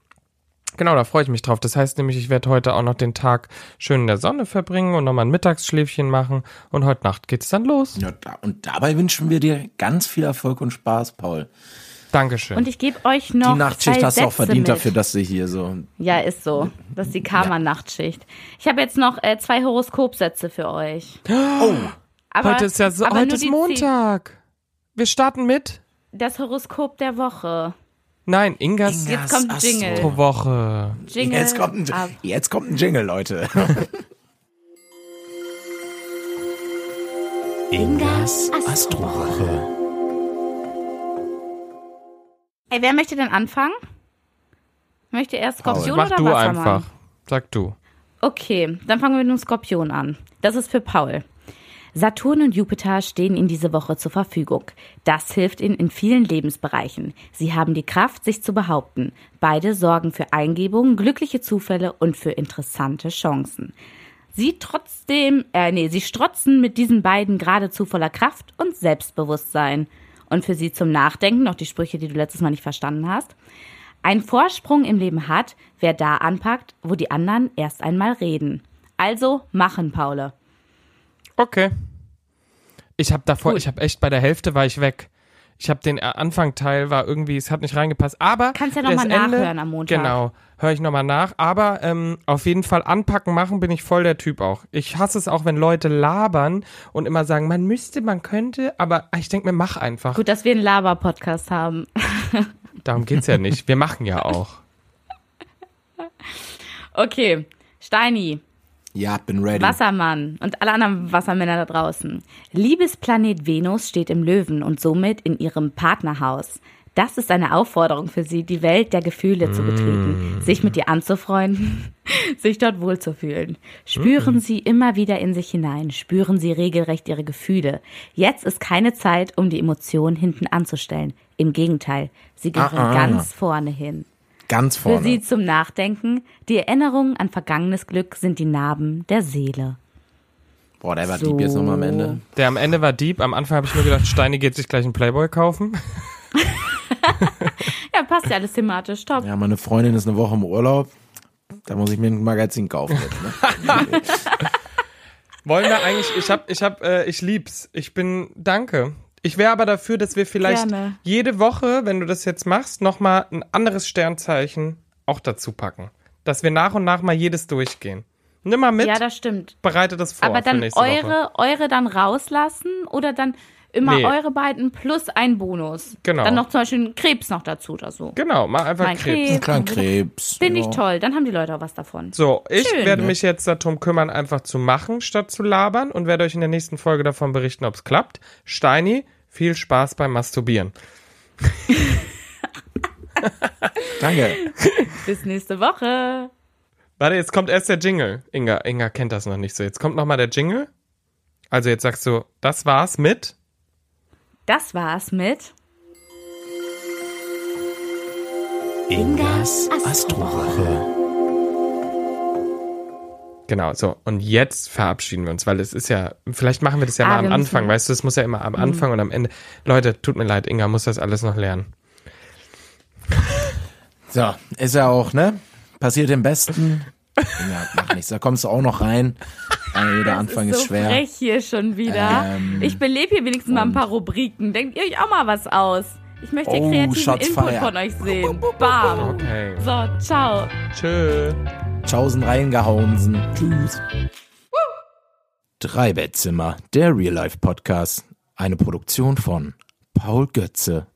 [SPEAKER 3] Genau, da freue ich mich drauf. Das heißt nämlich, ich werde heute auch noch den Tag schön in der Sonne verbringen und nochmal ein Mittagsschläfchen machen. Und heute Nacht geht's dann los.
[SPEAKER 1] Ja, da- Und dabei wünschen wir dir ganz viel Erfolg und Spaß, Paul.
[SPEAKER 3] Dankeschön.
[SPEAKER 2] Und ich gebe euch noch.
[SPEAKER 1] Die Nachtschicht
[SPEAKER 2] zwei
[SPEAKER 1] hast du auch
[SPEAKER 2] Sätze
[SPEAKER 1] verdient
[SPEAKER 2] mit.
[SPEAKER 1] dafür, dass du hier so.
[SPEAKER 2] Ja, ist so. Das ist die Karma-Nachtschicht. Ich habe jetzt noch äh, zwei Horoskopsätze für euch. Oh! Aber,
[SPEAKER 3] heute ist ja so,
[SPEAKER 2] aber
[SPEAKER 3] heute
[SPEAKER 2] nur
[SPEAKER 3] ist
[SPEAKER 2] die
[SPEAKER 3] Montag. Wir starten mit.
[SPEAKER 2] zehn- Das Horoskop der Woche.
[SPEAKER 3] Nein, Ingas
[SPEAKER 1] Inga.
[SPEAKER 2] Jetzt
[SPEAKER 1] Das
[SPEAKER 2] kommt Jingle.
[SPEAKER 1] Astro-
[SPEAKER 3] Woche.
[SPEAKER 2] Jingle
[SPEAKER 1] jetzt, kommt
[SPEAKER 2] ab.
[SPEAKER 1] ein, jetzt kommt ein Jingle, Leute. Ingas Astrowoche.
[SPEAKER 2] Ey, wer möchte denn anfangen? Möchte er Skorpion
[SPEAKER 3] Mach
[SPEAKER 2] oder
[SPEAKER 3] du
[SPEAKER 2] Wassermann?
[SPEAKER 3] einfach. Sag du.
[SPEAKER 2] Okay, dann fangen wir mit dem Skorpion an. Das ist für Paul. Saturn und Jupiter stehen Ihnen diese Woche zur Verfügung. Das hilft Ihnen in vielen Lebensbereichen. Sie haben die Kraft, sich zu behaupten. Beide sorgen für Eingebungen, glückliche Zufälle und für interessante Chancen. Sie trotzdem, äh, nee, sie strotzen mit diesen beiden geradezu voller Kraft und Selbstbewusstsein. Und für sie zum Nachdenken noch die Sprüche, die du letztes Mal nicht verstanden hast. Ein Vorsprung im Leben hat, wer da anpackt, wo die anderen erst einmal reden. Also machen, Paule.
[SPEAKER 3] Okay. Ich habe davor,
[SPEAKER 2] Cool.
[SPEAKER 3] ich habe echt bei der Hälfte war ich weg. Ich habe den äh, Anfangteil war irgendwie, es hat nicht reingepasst. Aber
[SPEAKER 2] Kannst ja noch
[SPEAKER 3] das
[SPEAKER 2] mal
[SPEAKER 3] Ende-
[SPEAKER 2] nachhören am Montag.
[SPEAKER 3] Genau, höre ich nochmal nach. Aber ähm, auf jeden Fall anpacken machen bin ich voll der Typ auch. Ich hasse es auch, wenn Leute labern und immer sagen, man müsste, man könnte, aber ich denke mir, mach einfach.
[SPEAKER 2] Gut, dass wir einen Laber-Podcast haben.
[SPEAKER 3] Darum geht's ja nicht. Wir machen ja
[SPEAKER 2] [laughs]
[SPEAKER 3] auch.
[SPEAKER 2] Okay, Steini,
[SPEAKER 1] Ja, bin ready.
[SPEAKER 2] Wassermann und alle anderen Wassermänner da draußen. Liebesplanet Venus steht im Löwen und somit in ihrem Partnerhaus. Das ist eine Aufforderung für sie, die Welt der Gefühle zu
[SPEAKER 1] Hm.
[SPEAKER 2] betreten, sich mit ihr anzufreunden, [laughs] sich dort wohlzufühlen. Spüren
[SPEAKER 1] Hm.
[SPEAKER 2] Sie immer wieder in sich hinein, spüren Sie regelrecht Ihre Gefühle. Jetzt ist keine Zeit, um die Emotionen hinten anzustellen. Im Gegenteil, sie gehören
[SPEAKER 1] Ah, ah.
[SPEAKER 2] ganz vorne hin.
[SPEAKER 1] Ganz
[SPEAKER 2] Für
[SPEAKER 1] vorne.
[SPEAKER 2] Sie zum Nachdenken, die Erinnerungen an vergangenes Glück sind die Narben der Seele.
[SPEAKER 1] Boah, der war
[SPEAKER 2] So.
[SPEAKER 1] deep jetzt nochmal am Ende.
[SPEAKER 3] Der am Ende war deep. Am Anfang habe ich nur gedacht, Steine geht sich gleich einen Playboy kaufen.
[SPEAKER 2] Ja, passt ja alles thematisch. Top.
[SPEAKER 1] Ja, meine Freundin ist eine Woche im Urlaub. Da muss ich mir ein Magazin kaufen. Jetzt,
[SPEAKER 2] [laughs]
[SPEAKER 1] ne?
[SPEAKER 3] [laughs] Wollen wir eigentlich, ich hab, ich hab, äh, ich lieb's. Ich bin, danke. Ich wäre aber dafür, dass wir vielleicht
[SPEAKER 2] Gerne.
[SPEAKER 3] jede Woche, wenn du das jetzt machst, nochmal ein anderes Sternzeichen auch dazu packen. Dass wir nach und nach mal jedes durchgehen. Nimm mal mit,
[SPEAKER 2] Ja, das stimmt.
[SPEAKER 3] bereite das vor
[SPEAKER 2] Aber
[SPEAKER 3] für
[SPEAKER 2] dann
[SPEAKER 3] nächste Woche.
[SPEAKER 2] eure, eure dann rauslassen oder dann immer
[SPEAKER 3] Nee.
[SPEAKER 2] eure beiden plus ein Bonus.
[SPEAKER 3] Genau.
[SPEAKER 2] Dann noch zum Beispiel einen Krebs noch dazu oder so.
[SPEAKER 3] Genau, mach einfach
[SPEAKER 2] Mein
[SPEAKER 3] Krebs.
[SPEAKER 2] Krebs.
[SPEAKER 1] Kleinen Krebs.
[SPEAKER 2] genau. Bin
[SPEAKER 1] ja.
[SPEAKER 2] ich toll. Dann haben die Leute auch was davon.
[SPEAKER 3] Genau. So, ich
[SPEAKER 2] Schön.
[SPEAKER 3] werde mich jetzt darum kümmern, einfach zu machen, statt zu labern und werde euch in der nächsten Folge davon berichten, ob's klappt. Steini, viel Spaß beim Masturbieren.
[SPEAKER 1] Danke.
[SPEAKER 2] Bis nächste Woche.
[SPEAKER 3] Warte, jetzt kommt erst der Jingle. Inga, Inga kennt das noch nicht so. Jetzt kommt nochmal der Jingle. Also jetzt sagst du, das war's mit.
[SPEAKER 2] Das war's mit.
[SPEAKER 1] Ingas Astrowoche.
[SPEAKER 3] Genau, so. Und jetzt verabschieden wir uns, weil es ist ja, vielleicht machen wir das ja
[SPEAKER 2] Ah,
[SPEAKER 3] mal am
[SPEAKER 2] wir müssen- Mhm.
[SPEAKER 3] Anfang, weißt du, es muss ja immer am Anfang und am Ende. Leute, tut mir leid, Inga muss das alles noch lernen.
[SPEAKER 1] So, ist ja auch, ne? Passiert dem Besten. Ja, macht nichts. Da kommst du auch noch rein. Äh, Jeder Anfang ist,
[SPEAKER 2] so
[SPEAKER 1] schwer.
[SPEAKER 2] frech hier schon wieder.
[SPEAKER 1] Ähm,
[SPEAKER 2] ich belebe hier wenigstens mal ein paar Rubriken. Denkt ihr euch auch mal was aus? Ich möchte
[SPEAKER 1] Oh,
[SPEAKER 2] kreativen
[SPEAKER 1] shots
[SPEAKER 2] Input
[SPEAKER 1] fired.
[SPEAKER 2] von euch sehen. Bam.
[SPEAKER 3] Okay.
[SPEAKER 2] So, ciao.
[SPEAKER 3] Tschö.
[SPEAKER 1] Tschaußen reingehauensen. Tschüss. Drei Bettzimmer, der Real Life Podcast. Eine Produktion von Paul Götze.